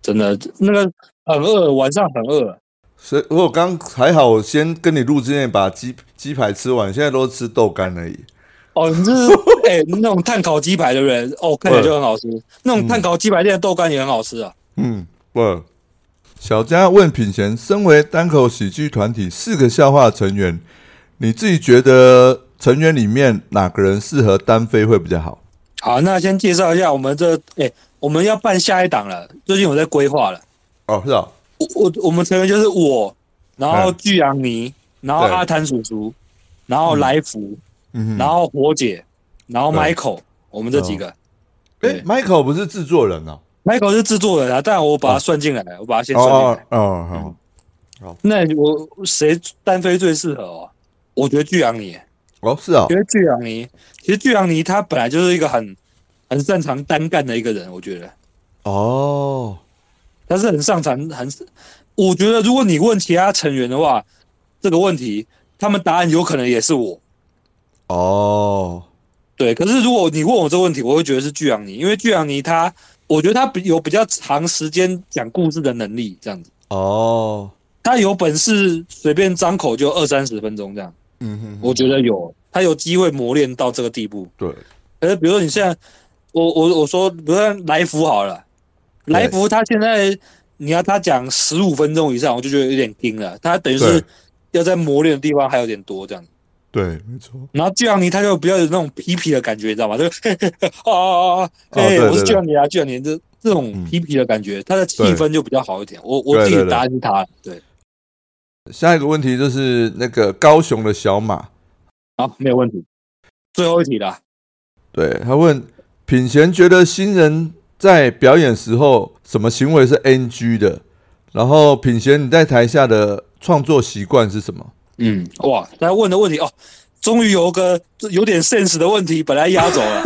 S3: 真的那个很饿，晚上很饿。
S2: 所以我刚还好，我先跟你录之前把鸡鸡排吃完，现在都吃豆干而已。
S3: 哦，
S2: *laughs*
S3: 你这是哎、那种碳烤鸡排对不对？哦，看起来就很好吃。那种碳烤鸡排店的豆干也很好吃啊。
S2: 嗯，不。小佳问品贤，身为单口喜剧团体四个笑话成员，你自己觉得成员里面哪个人适合单飞会比较好？
S3: 好，那先介绍一下我们这哎、我们要办下一档了，最近我在规划了。
S2: 哦，是哦，
S3: 我我我们成员就是我，然后
S2: 嗯
S3: 巨阳尼，然后
S2: 对
S3: 阿谭叔叔，然后来福，
S2: 嗯
S3: 然后火姐，然后
S2: 对
S3: Michael，我们这几个。
S2: 哎、
S3: 对
S2: m i c h a e l 不是制作人哦，
S3: Michael 是制作人啊，但我把他算进来，我把他先
S2: 哦
S3: 算进来。
S2: 哦哦，好，
S3: 那我谁单飞最适合哦？我觉得巨阳尼，
S2: 哦是哦
S3: 我觉，得巨阳尼，其实巨阳尼他本来就是一个很很擅长单干的一个人，我觉得
S2: 哦，
S3: 他是很擅长很。我觉得如果你问其他成员的话，这个问题他们答案有可能也是我。
S2: 哦，
S3: 对，可是如果你问我这个问题，我会觉得是巨阳尼，因为巨阳尼他，我觉得他比有比较长时间讲故事的能力，这样子，
S2: 哦，
S3: 他有本事随便张口就二三十分钟这样，
S2: 嗯哼，
S3: 我觉得有，他有机会磨练到这个地步。
S2: 对，
S3: 可是比如说你现在，我我我说，比如说来福好了，
S2: 对
S3: 来福他现在你要他讲十五分钟以上，我就觉得有点硬了，他等于是
S2: 对
S3: 要在磨练的地方还有点多这样。
S2: 对，没错，
S3: 然后巨阳尼他就比较有那种皮皮的感觉，你知道吗？就 *laughs* 啊啊啊！哎、
S2: 哦对对
S3: 我是
S2: 对
S3: 巨阳尼啊，巨阳尼这这种
S2: 嗯
S3: 皮皮的感觉，他的气氛就比较好一点。我我
S2: 对
S3: 自己
S2: 对对
S3: 答案是他，对，
S2: 下一个问题就是那个高雄的小马，
S3: 好，没有问题。最后一题啦，
S2: 对他问品贤觉得新人在表演时候什么行为是 NG 的，然后品贤你在台下的创作习惯是什么？
S3: 嗯，哇，他问的问题哦，终于有个有点 sense 的问题，本来压轴了。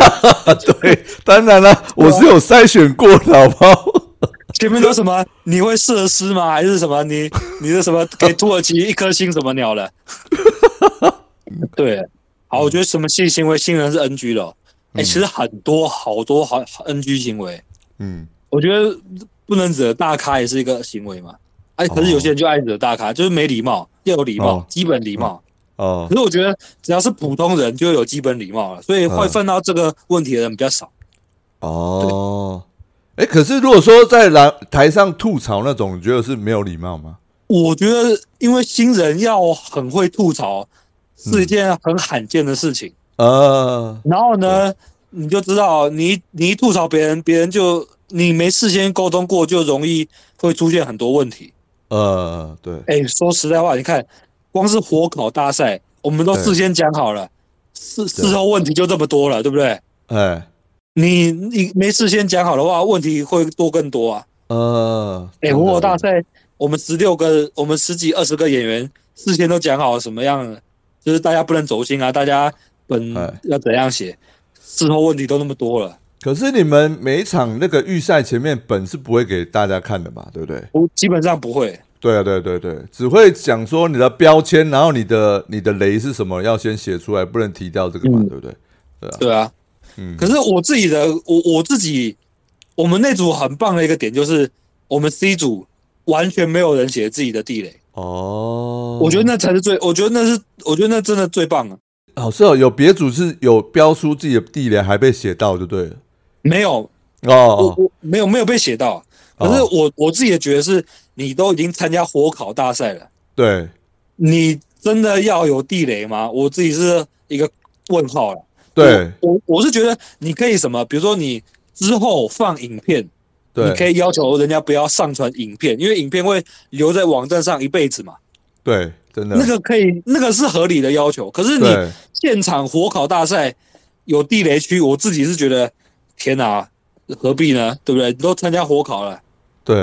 S2: *laughs* 啊，对，当然了，我是有筛选过的，好不好？
S3: 前面都什么？你会设施吗？还是什么？你你是什么给土耳其一颗星什么鸟了？对，好，我觉得什么性行为新人是 NG 的哦、哎、其实很多好多好 NG 行为，
S2: 嗯，
S3: 我觉得不能惹大咖也是一个行为嘛。哎、可是有些人就爱惹大咖，就是没礼貌，要有礼貌，
S2: 哦
S3: 基本礼貌。
S2: 哦
S3: 可，是我觉得只要是普通人，就有基本礼貌了，所以会
S2: 嗯
S3: 犯到这个问题的人比较少。
S2: 哦，哎，可是如果说在台台上吐槽那种，你觉得是没有礼貌吗？
S3: 我觉得，因为新人要很会吐槽，
S2: 嗯
S3: 是一件很罕见的事情。
S2: 呃，
S3: 然后呢，你就知道，你一你一吐槽别人，别人就你没事先沟通过，就容易会出现很多问题。
S2: 呃，对，
S3: 哎，说实在话，你看，光是火烤大赛，我们都
S2: 对
S3: 事先讲好了，事
S2: 对
S3: 事后问题就这么多了，对不对？
S2: 哎，
S3: 你你没事先讲好的话，问题会多更多啊。
S2: 呃，
S3: 哎，火烤大赛，我们十六个，我们十几二十个演员事先都讲好什么样，就是大家不能走心啊，大家本
S2: 哎
S3: 要怎样写，事后问题都那么多了。
S2: 可是你们每一场那个预赛前面本是不会给大家看的吧？对不对？
S3: 我基本上不会，
S2: 对啊，对对对，只会讲说你的标签，然后你的你的雷是什么，要先写出来，不能提到这个嘛，
S3: 嗯
S2: 对不对？
S3: 对啊，
S2: 嗯，
S3: 可是我自己的，我我自己，我们那组很棒的一个点就是，我们 C 组完全没有人写自己的地雷，
S2: 哦，
S3: 我觉得那才是最，我觉得那是，我觉得那真的最棒了。
S2: 哦，是哦，有别组是有标出自己的地雷，还被写到，就对了。
S3: 没有，我
S2: 哦，
S3: 我没有没有被写到，可是
S2: 哦
S3: 我、我自己也觉得是，你都已经参加火烤大赛了，
S2: 对
S3: 你真的要有地雷吗？我自己是一个问号了。
S2: 对
S3: 我我我是觉得你可以什么，比如说你之后放影片。
S2: 对，
S3: 你可以要求人家不要上传影片，因为影片会留在网站上一辈子嘛。
S2: 对，真的
S3: 那个可以，那个是合理的要求。可是你
S2: 对
S3: 现场火烤大赛有地雷区，我自己是觉得，天哪，何必呢？对不对？你都参加火烤了，
S2: 对。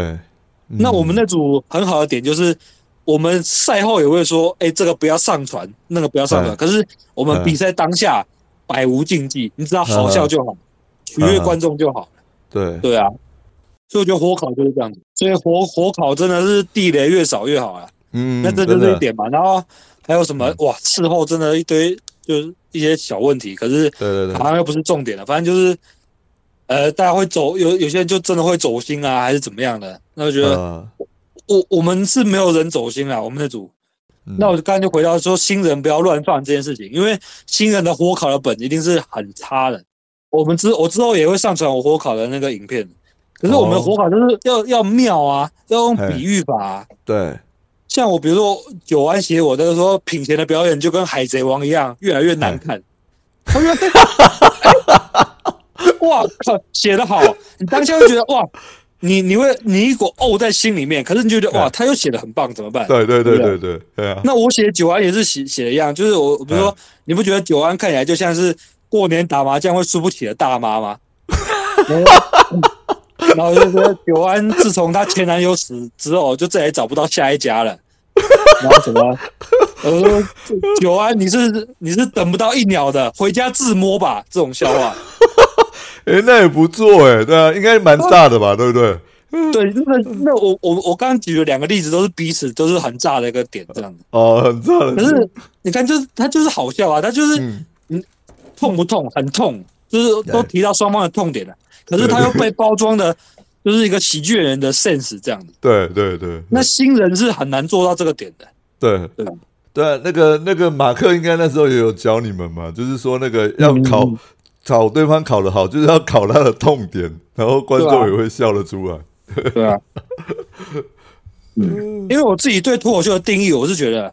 S2: 嗯
S3: 那我们那组很好的点就是，我们赛后也会说，哎，这个不要上传，那个不要上
S2: 嗯
S3: 传。可是我们
S2: 嗯
S3: 比赛当下百无禁忌，你只要好笑就好，取悦
S2: 嗯
S3: 观众就好。
S2: 对
S3: 对啊，所以我觉得火烤就是这样子，所以火火烤真的是地雷越少越好啊。
S2: 嗯，
S3: 那这就
S2: 真
S3: 是一
S2: 的嗯
S3: 点嘛。然后还有什么哇？事后真的一堆就是一些小问题，可是
S2: 对对
S3: 好
S2: 对，
S3: 像又不是重点了。反正就是呃，大家会走有有些人就真的会走心
S2: 嗯
S3: 啊，还是怎么样的？那我觉得
S2: 呃
S3: 我我们是没有人走心啊，我们那组
S2: 嗯
S3: 那我就刚才就回到说，新人不要乱放这件事情，因为新人的火烤的本一定是很差的。我们之我之后也会上传我火烤的那个影片，可是我们的
S2: 哦
S3: 火烤就是要、要妙啊，要用
S2: 嘿
S3: 比喻法啊、
S2: 对，
S3: 像我比如说有安写我那个说品贤的表演就跟海贼王一样，越来越难看。我觉得，哎哇靠，写得好！你当下就觉得哇，你你会你一股怄在心里面，可是你就觉得哇，他又写得很棒，怎么办？
S2: 对对对对
S3: 对
S2: 对对啊，
S3: 那我写九安也是写写的一样，就是我比如说，你不觉得九安看起来就像是过年打麻将会输不起的大妈吗？然后我就说九安自从她前男友死之后，就再也找不到下一家了。然后什么？我说九安，你是你是等不到一鸟的，回家自摸吧。这种笑话，
S2: 哎，那也不错哎，对啊，应该蛮炸的吧，对不对？
S3: 对，那那我我我刚刚举了两个例子，都是彼此都是很炸的一个点，这样子。
S2: 哦，很炸的，
S3: 可是你看，就是他就是好笑啊，他就是
S2: 嗯
S3: 嗯，痛不痛？很痛，就是都
S2: 对
S3: 提到双方的痛点了。可是
S2: 对
S3: 他又被包装的，就是一个喜剧人的 sense 这样的。
S2: 对对对，
S3: 那新人是很难做到这个点的。
S2: 对
S3: 对
S2: 对啊，那个那个马克应该那时候也有教你们嘛，就是说那个要考、
S3: 嗯
S2: 考对方考得好，就是要考他的痛点，然后观
S3: 对啊
S2: 众也会笑得出来。
S3: 对啊，嗯，因为我自己对脱口秀的定义，我是觉得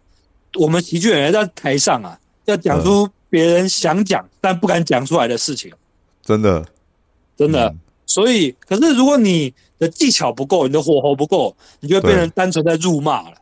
S3: 我们喜剧演员在台上啊，要讲出别人想讲但不敢讲出来的事情，
S2: 真的，
S3: 真的。所以，可是如果你的技巧不够，你的火候不够，你就会变成单纯在辱骂了。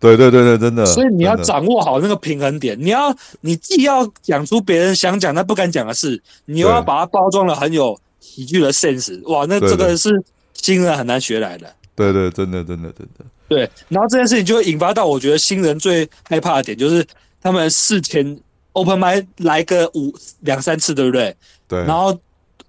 S2: 对对对对，真的。
S3: 所以你要
S2: 呃真的
S3: 掌握好那个平衡点，你要你既要讲出别人想讲但不敢讲的事，你又要把它包装的很有喜剧的 sense，哇，那
S2: 对
S3: 这个
S2: 对
S3: 是新人很难学来的。
S2: 对对，真的真的真的，
S3: 对，然后这件事情就会引发到我觉得新人最害怕的点，就是他们事前 open m i 来个五两三次，对不对？
S2: 对。
S3: 然后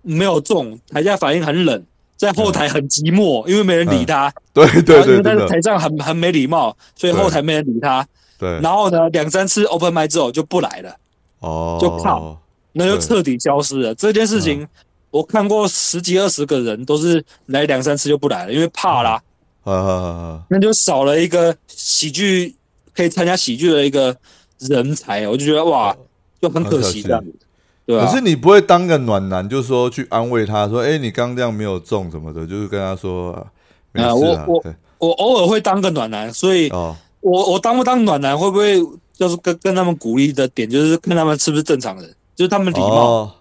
S3: 没有中，台下反应很冷，在后台很寂寞，因为没人理他。
S2: 对嗯对
S3: 然后
S2: 对，
S3: 因
S2: 真
S3: 为在
S2: 的
S3: 台上很很没礼貌，所以
S2: 对
S3: 后台没人理他。
S2: *laughs* 对。
S3: 然后呢，两三次 open m i 之后就不来了。
S2: 哦，
S3: 就靠那就
S2: 对
S3: 彻底消失了。这件事情，我看过十几二十个人都是来两三次就不来了，因为怕啦，
S2: 啊啊啊！
S3: 那就少了一个喜剧可以参加喜剧的一个人才，我就觉得哇，就很可惜这样子，对啊吧、
S2: 可是你不会当个暖男，就说去安慰他说：“哎，你刚这样没有中什么的，就是跟他说啊没
S3: 啊
S2: 事啊。
S3: 我
S2: 对
S3: 我偶尔会当个暖男，所以
S2: 哦，
S3: 我我当不当暖男会不会就是跟跟他们鼓励的点，就是看他们是不是正常人，就是他们礼貌。
S2: 哦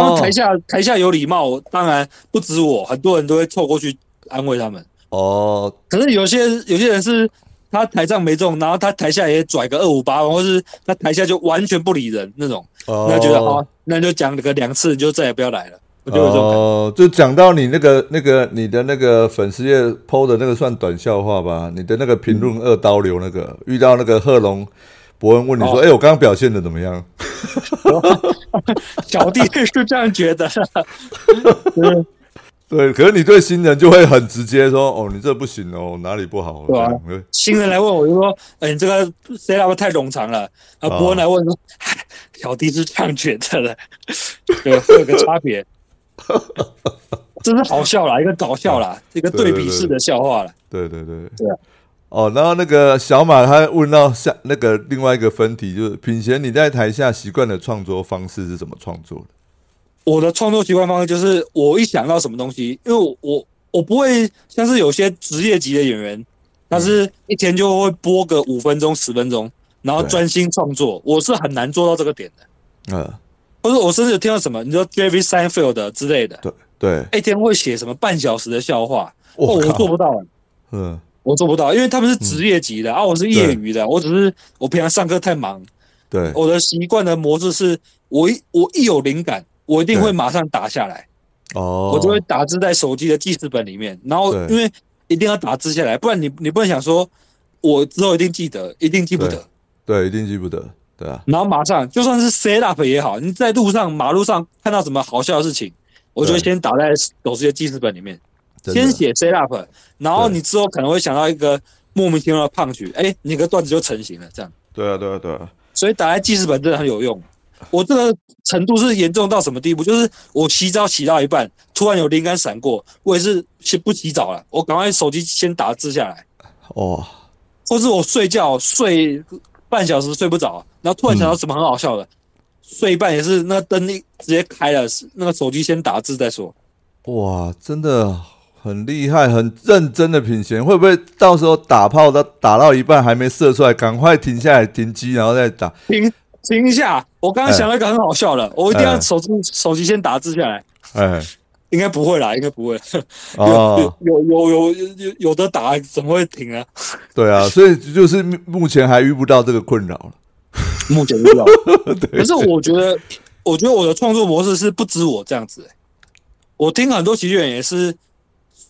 S3: 他们
S2: 哦，
S3: 台下台下有礼貌，当然不止我，很多人都会凑过去安慰他们。
S2: 哦，
S3: 可是有些有些人是他台上没中，然后他台下也拽个二五八万，或是他台下就完全不理人那种，
S2: 那
S3: 那觉得好，那就讲个两次你就再也不要来了。我就有这种感觉。
S2: 哦，就讲到你那个、那个、你的那个粉丝页 PO 的那个算短笑话吧，你的那个评论二刀流那个，遇到那个贺龙伯恩问你说：“
S3: 哦
S2: 哎、我刚刚表现的怎么样
S3: 小弟是这样觉得，嗯？”
S2: 对，可是你对新人就会很直接说：“哦，你这不行哦，哪里不好？”
S3: 对啊
S2: 这样
S3: 新人来问我就说：“哎、你这个 C up 太冗长了。”啊，
S2: 哦
S3: 伯恩来问说：“ *laughs* 嗨小弟是这样觉得的， *laughs* 对，会有个
S2: *laughs*
S3: 差别。”真是好笑啦，一个搞笑啦，一个对比式的笑话啦。
S2: 啊对对对
S3: 对啊
S2: 哦，然后那个小马他问到下那个另外一个分题，就是品贤你在台下习惯的创作方式是怎么创作的？
S3: 我的创作习惯方式就是，我一想到什么东西，因为我我我不会像是有些职业级的演
S2: 嗯
S3: 员，他是一天就会播个五分钟、十分钟，然后
S2: 对
S3: 专心创作，我是很难做到这个点的。
S2: 呃，
S3: 或者我甚至有听到什么，你说 Jerry Seinfeld 之类的，
S2: 对对，
S3: 一哎天会写什么半小时的笑话，哦，
S2: 我
S3: 我
S2: 靠
S3: 做不到，
S2: 嗯，
S3: 我做不到，因为他们是职业级的、啊，我是业余的，我只是我平常上课太忙，
S2: 对
S3: 我的习惯的模式是我一我一有灵感，我一定
S2: 对
S3: 会马上打下来。
S2: 哦，
S3: 我就会打字在手机的记事本里面，然后
S2: 对
S3: 因为一定要打字下来，不然你你不能想说，我之后一定记得，一定记不
S2: 对
S3: 得，
S2: 对，一定记不得，对啊，
S3: 然后马上就算是 set up 也好，你在路上马路上看到什么好笑的事情，我就会
S2: 对
S3: 先打在手机的记事本里面，
S2: 真的
S3: 先写 set up，然后
S2: 对
S3: 你之后可能会想到一个莫名其妙的胖曲，哎，你个段子就成型了，这样，
S2: 对啊，对啊，对啊，
S3: 所以打在记事本真的很有用。我这个程度是严重到什么地步？就是我洗澡洗到一半，突然有灵感闪过，我也是先不洗澡了，我赶快手机先打字下来，
S2: 哦，
S3: 或是我睡觉睡半小时睡不着，然后突然想到
S2: 嗯
S3: 什么很好笑的，睡一半也是那个灯一直接开了，是那个手机先打字再说。
S2: 哇，真的很厉害，很认真的品贤，会不会到时候打炮到打到一半还没射出来，赶快停下来停机，然后再打？
S3: 停停一下，我刚刚想到一个很好笑的，我一定
S2: 哎
S3: 要手机手机先打字下来。
S2: 哎，
S3: 应该不会啦，应该不会。
S2: 哦，
S3: *laughs* 有有有有有有的打，怎么会停啊？
S2: 对啊，所以就是目前还遇不到这个困扰了。
S3: 目
S2: *laughs*
S3: 前不知道。可是我觉得，我觉得我的创作模式是不止我这样子、欸。我听很多喜剧演员也是，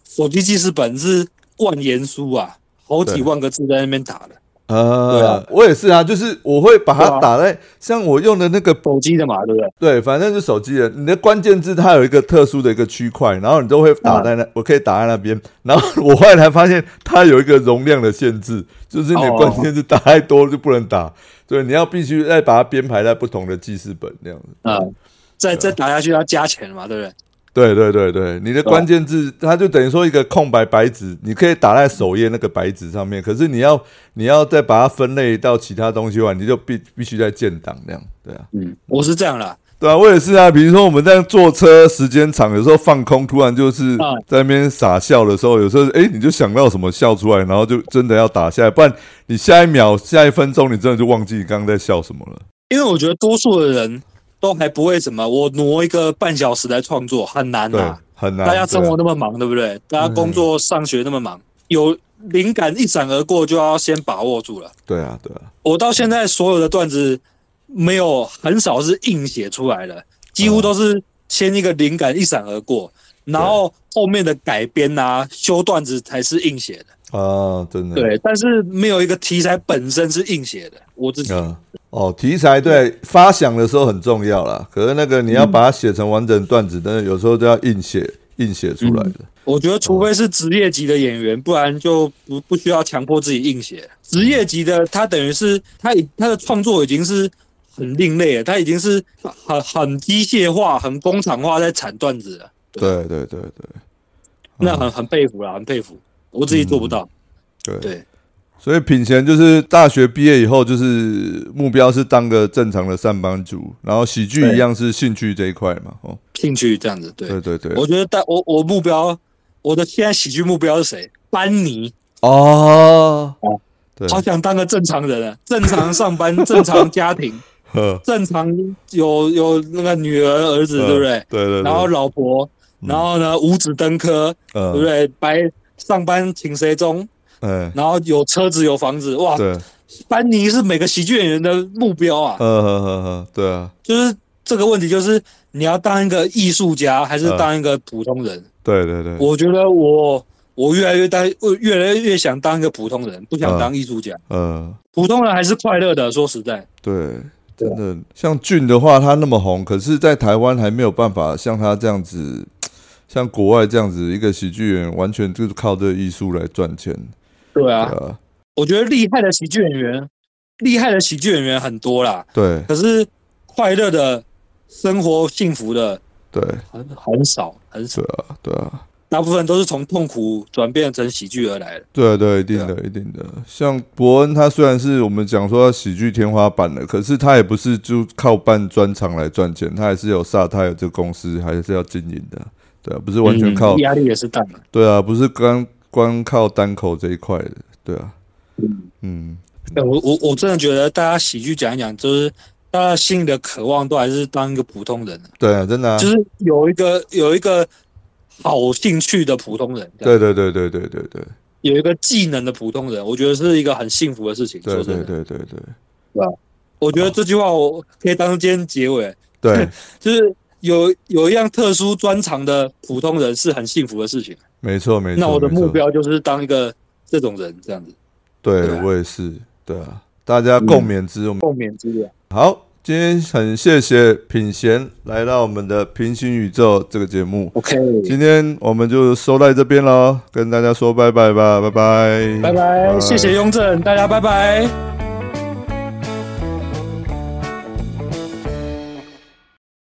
S3: 手机记事本是万言书啊，好几万个字在那边打的，对
S2: 呃
S3: 啊，
S2: 我也是啊，就是我会把
S3: 对
S2: 它
S3: 啊
S2: 打在像我用的那个
S3: 手机的嘛，对不对？
S2: 对，反正是手机的，你的关键字它有一个特殊的一个区块，然后你都会打在那，我可以打在那边。然后我后来才发现，它有一个容量的限制，就是你的
S3: 哦
S2: 关键字打太多就不能打，所以你要必须再把它编排在不同的记事本那样子。
S3: 嗯，再
S2: 啊
S3: 再打下去要加钱嘛，对不对？
S2: 对对对对，你的关键字它就等于说一个空白白纸，你可以打在首页那个白纸上面，可是你要你要再把它分类到其他东西的话，你就必必须再建档那样，对啊。
S3: 嗯，我是这样啦。
S2: 对啊，我也是啊。比如说我们在坐车时间长，有时候放空，突然就是
S3: 嗯
S2: 在那边傻笑的时候，有时候哎、诶你就想到什么笑出来，然后就真的要打下来，不然你下一秒、下一分钟，你真的就忘记你刚刚在笑什么了。
S3: 因为我觉得多数的人都还不会什么，我挪一个半小时来创作很难
S2: 对
S3: 呐、，
S2: 很难。
S3: 嗯大家生活
S2: 对嗯
S3: 那么忙，对不对？大家工作、上学那么忙，有灵感一闪而过就要先把握住了。
S2: 对啊，对啊，
S3: 我到现在所有的段子没有很少是硬写出来的，几
S2: 哦
S3: 乎都是先一个灵感一闪而过，然后后面的改编啊、修段子才是硬写的。
S2: 啊，真的。
S3: 对，但是没有一个题材本身是硬写的。我自己
S2: 嗯，哦，题材对发想的时候很重要啦，可是那个你
S3: 嗯
S2: 要把它写成完整段子，但是有时候都要硬写，硬写出来的。
S3: 我觉得，除非是职业级的演员，不然就不不需要强迫自己硬写。职业级的他等于是他已他的创作已经是很另类了，他已经是很很机械化、很工厂化在产段子了，
S2: 对对对对
S3: 那很很佩服啦，很佩服。我自己做不到，
S2: 对
S3: 对，
S2: 所以品贤就是大学毕业以后，就是目标是当个正常的上班族，然后喜剧一样是兴趣这一块嘛。哦，
S3: 兴趣这样子。对，
S2: 对对对，
S3: 我觉得但我我目标，我的现在喜剧目标是谁？班尼，
S2: 哦，对，
S3: 好想当个正常人啊， *laughs* 正常上班，正常家庭，
S2: 呵
S3: 正常有有那个女儿儿子，对不对？
S2: 对对，
S3: 然后老婆，然后呢五子登科，对不
S2: 呃，
S3: 对？白上班请谁中，
S2: 嗯，
S3: 然后有车子有房子，哇！
S2: 对，
S3: 班尼是每个喜剧演员的目标啊，
S2: 呃呵呵呵，对啊，
S3: 就是这个问题，就是你要当一个艺术家还是
S2: 嗯
S3: 当一个普通人？
S2: 对对对，
S3: 我觉得我我越来越当我越来越想当一个普通人，不想当艺术家。
S2: 呃，
S3: 普通人还是快乐的，说实在，
S2: 对。
S3: 对啊
S2: 真的，像俊的话，他那么红，可是，在台湾还没有办法像他这样子，像国外这样子，一个喜剧演员完全就是靠这个艺术来赚钱，
S3: 对啊
S2: 对，啊，
S3: 我觉得厉害的喜剧演员，厉害的喜剧演员很多啦，
S2: 对
S3: 可是快乐的生活、幸福的
S2: 对
S3: 很很少，很少
S2: 对，啊，对啊。
S3: 大部分都是从痛苦转变成喜剧而来的。
S2: 对对，一定
S3: 啊
S2: 的，一定的。像伯恩，他虽然是我们讲说他喜剧天花板了，可是他也不是就靠办专场来赚钱，他还是有萨泰尔这个公司，还是要经营的。对啊，不是完全靠、
S3: 嗯压力也是大的。
S2: 对啊，不是光光靠单口这一块的。对啊，嗯，
S3: 哎我我我真的觉得大家喜剧讲一讲，就是大家心里的渴望都还是当一个普通人，
S2: 对啊，真的、啊
S3: 就，是有一个有一个好兴趣的普通人，这样
S2: 对对对对对对对
S3: 有一个技能的普通人，我觉得是一个很幸福的事情。
S2: 对
S3: 说真
S2: 对
S3: 的，
S2: 对对对
S3: 我觉得这句话我可以当今天结尾，
S2: 对，
S3: 就是有有一样特殊专长的普通人是很幸福的事情。
S2: 没错没错。
S3: *laughs* 那我的
S2: 没错
S3: 目标就是当一个这种人，这样子对
S2: 对
S3: 啊
S2: 我也是，对啊，大
S3: 嗯
S2: 家共勉之，我们。
S3: 共勉之啊。
S2: 好，今天很谢谢品贤来到我们的《平行宇宙》这个节目，
S3: OK，
S2: 今天我们就收在这边喽，跟大家说拜拜吧，拜拜，
S3: 拜拜，谢谢雍正，大家拜拜。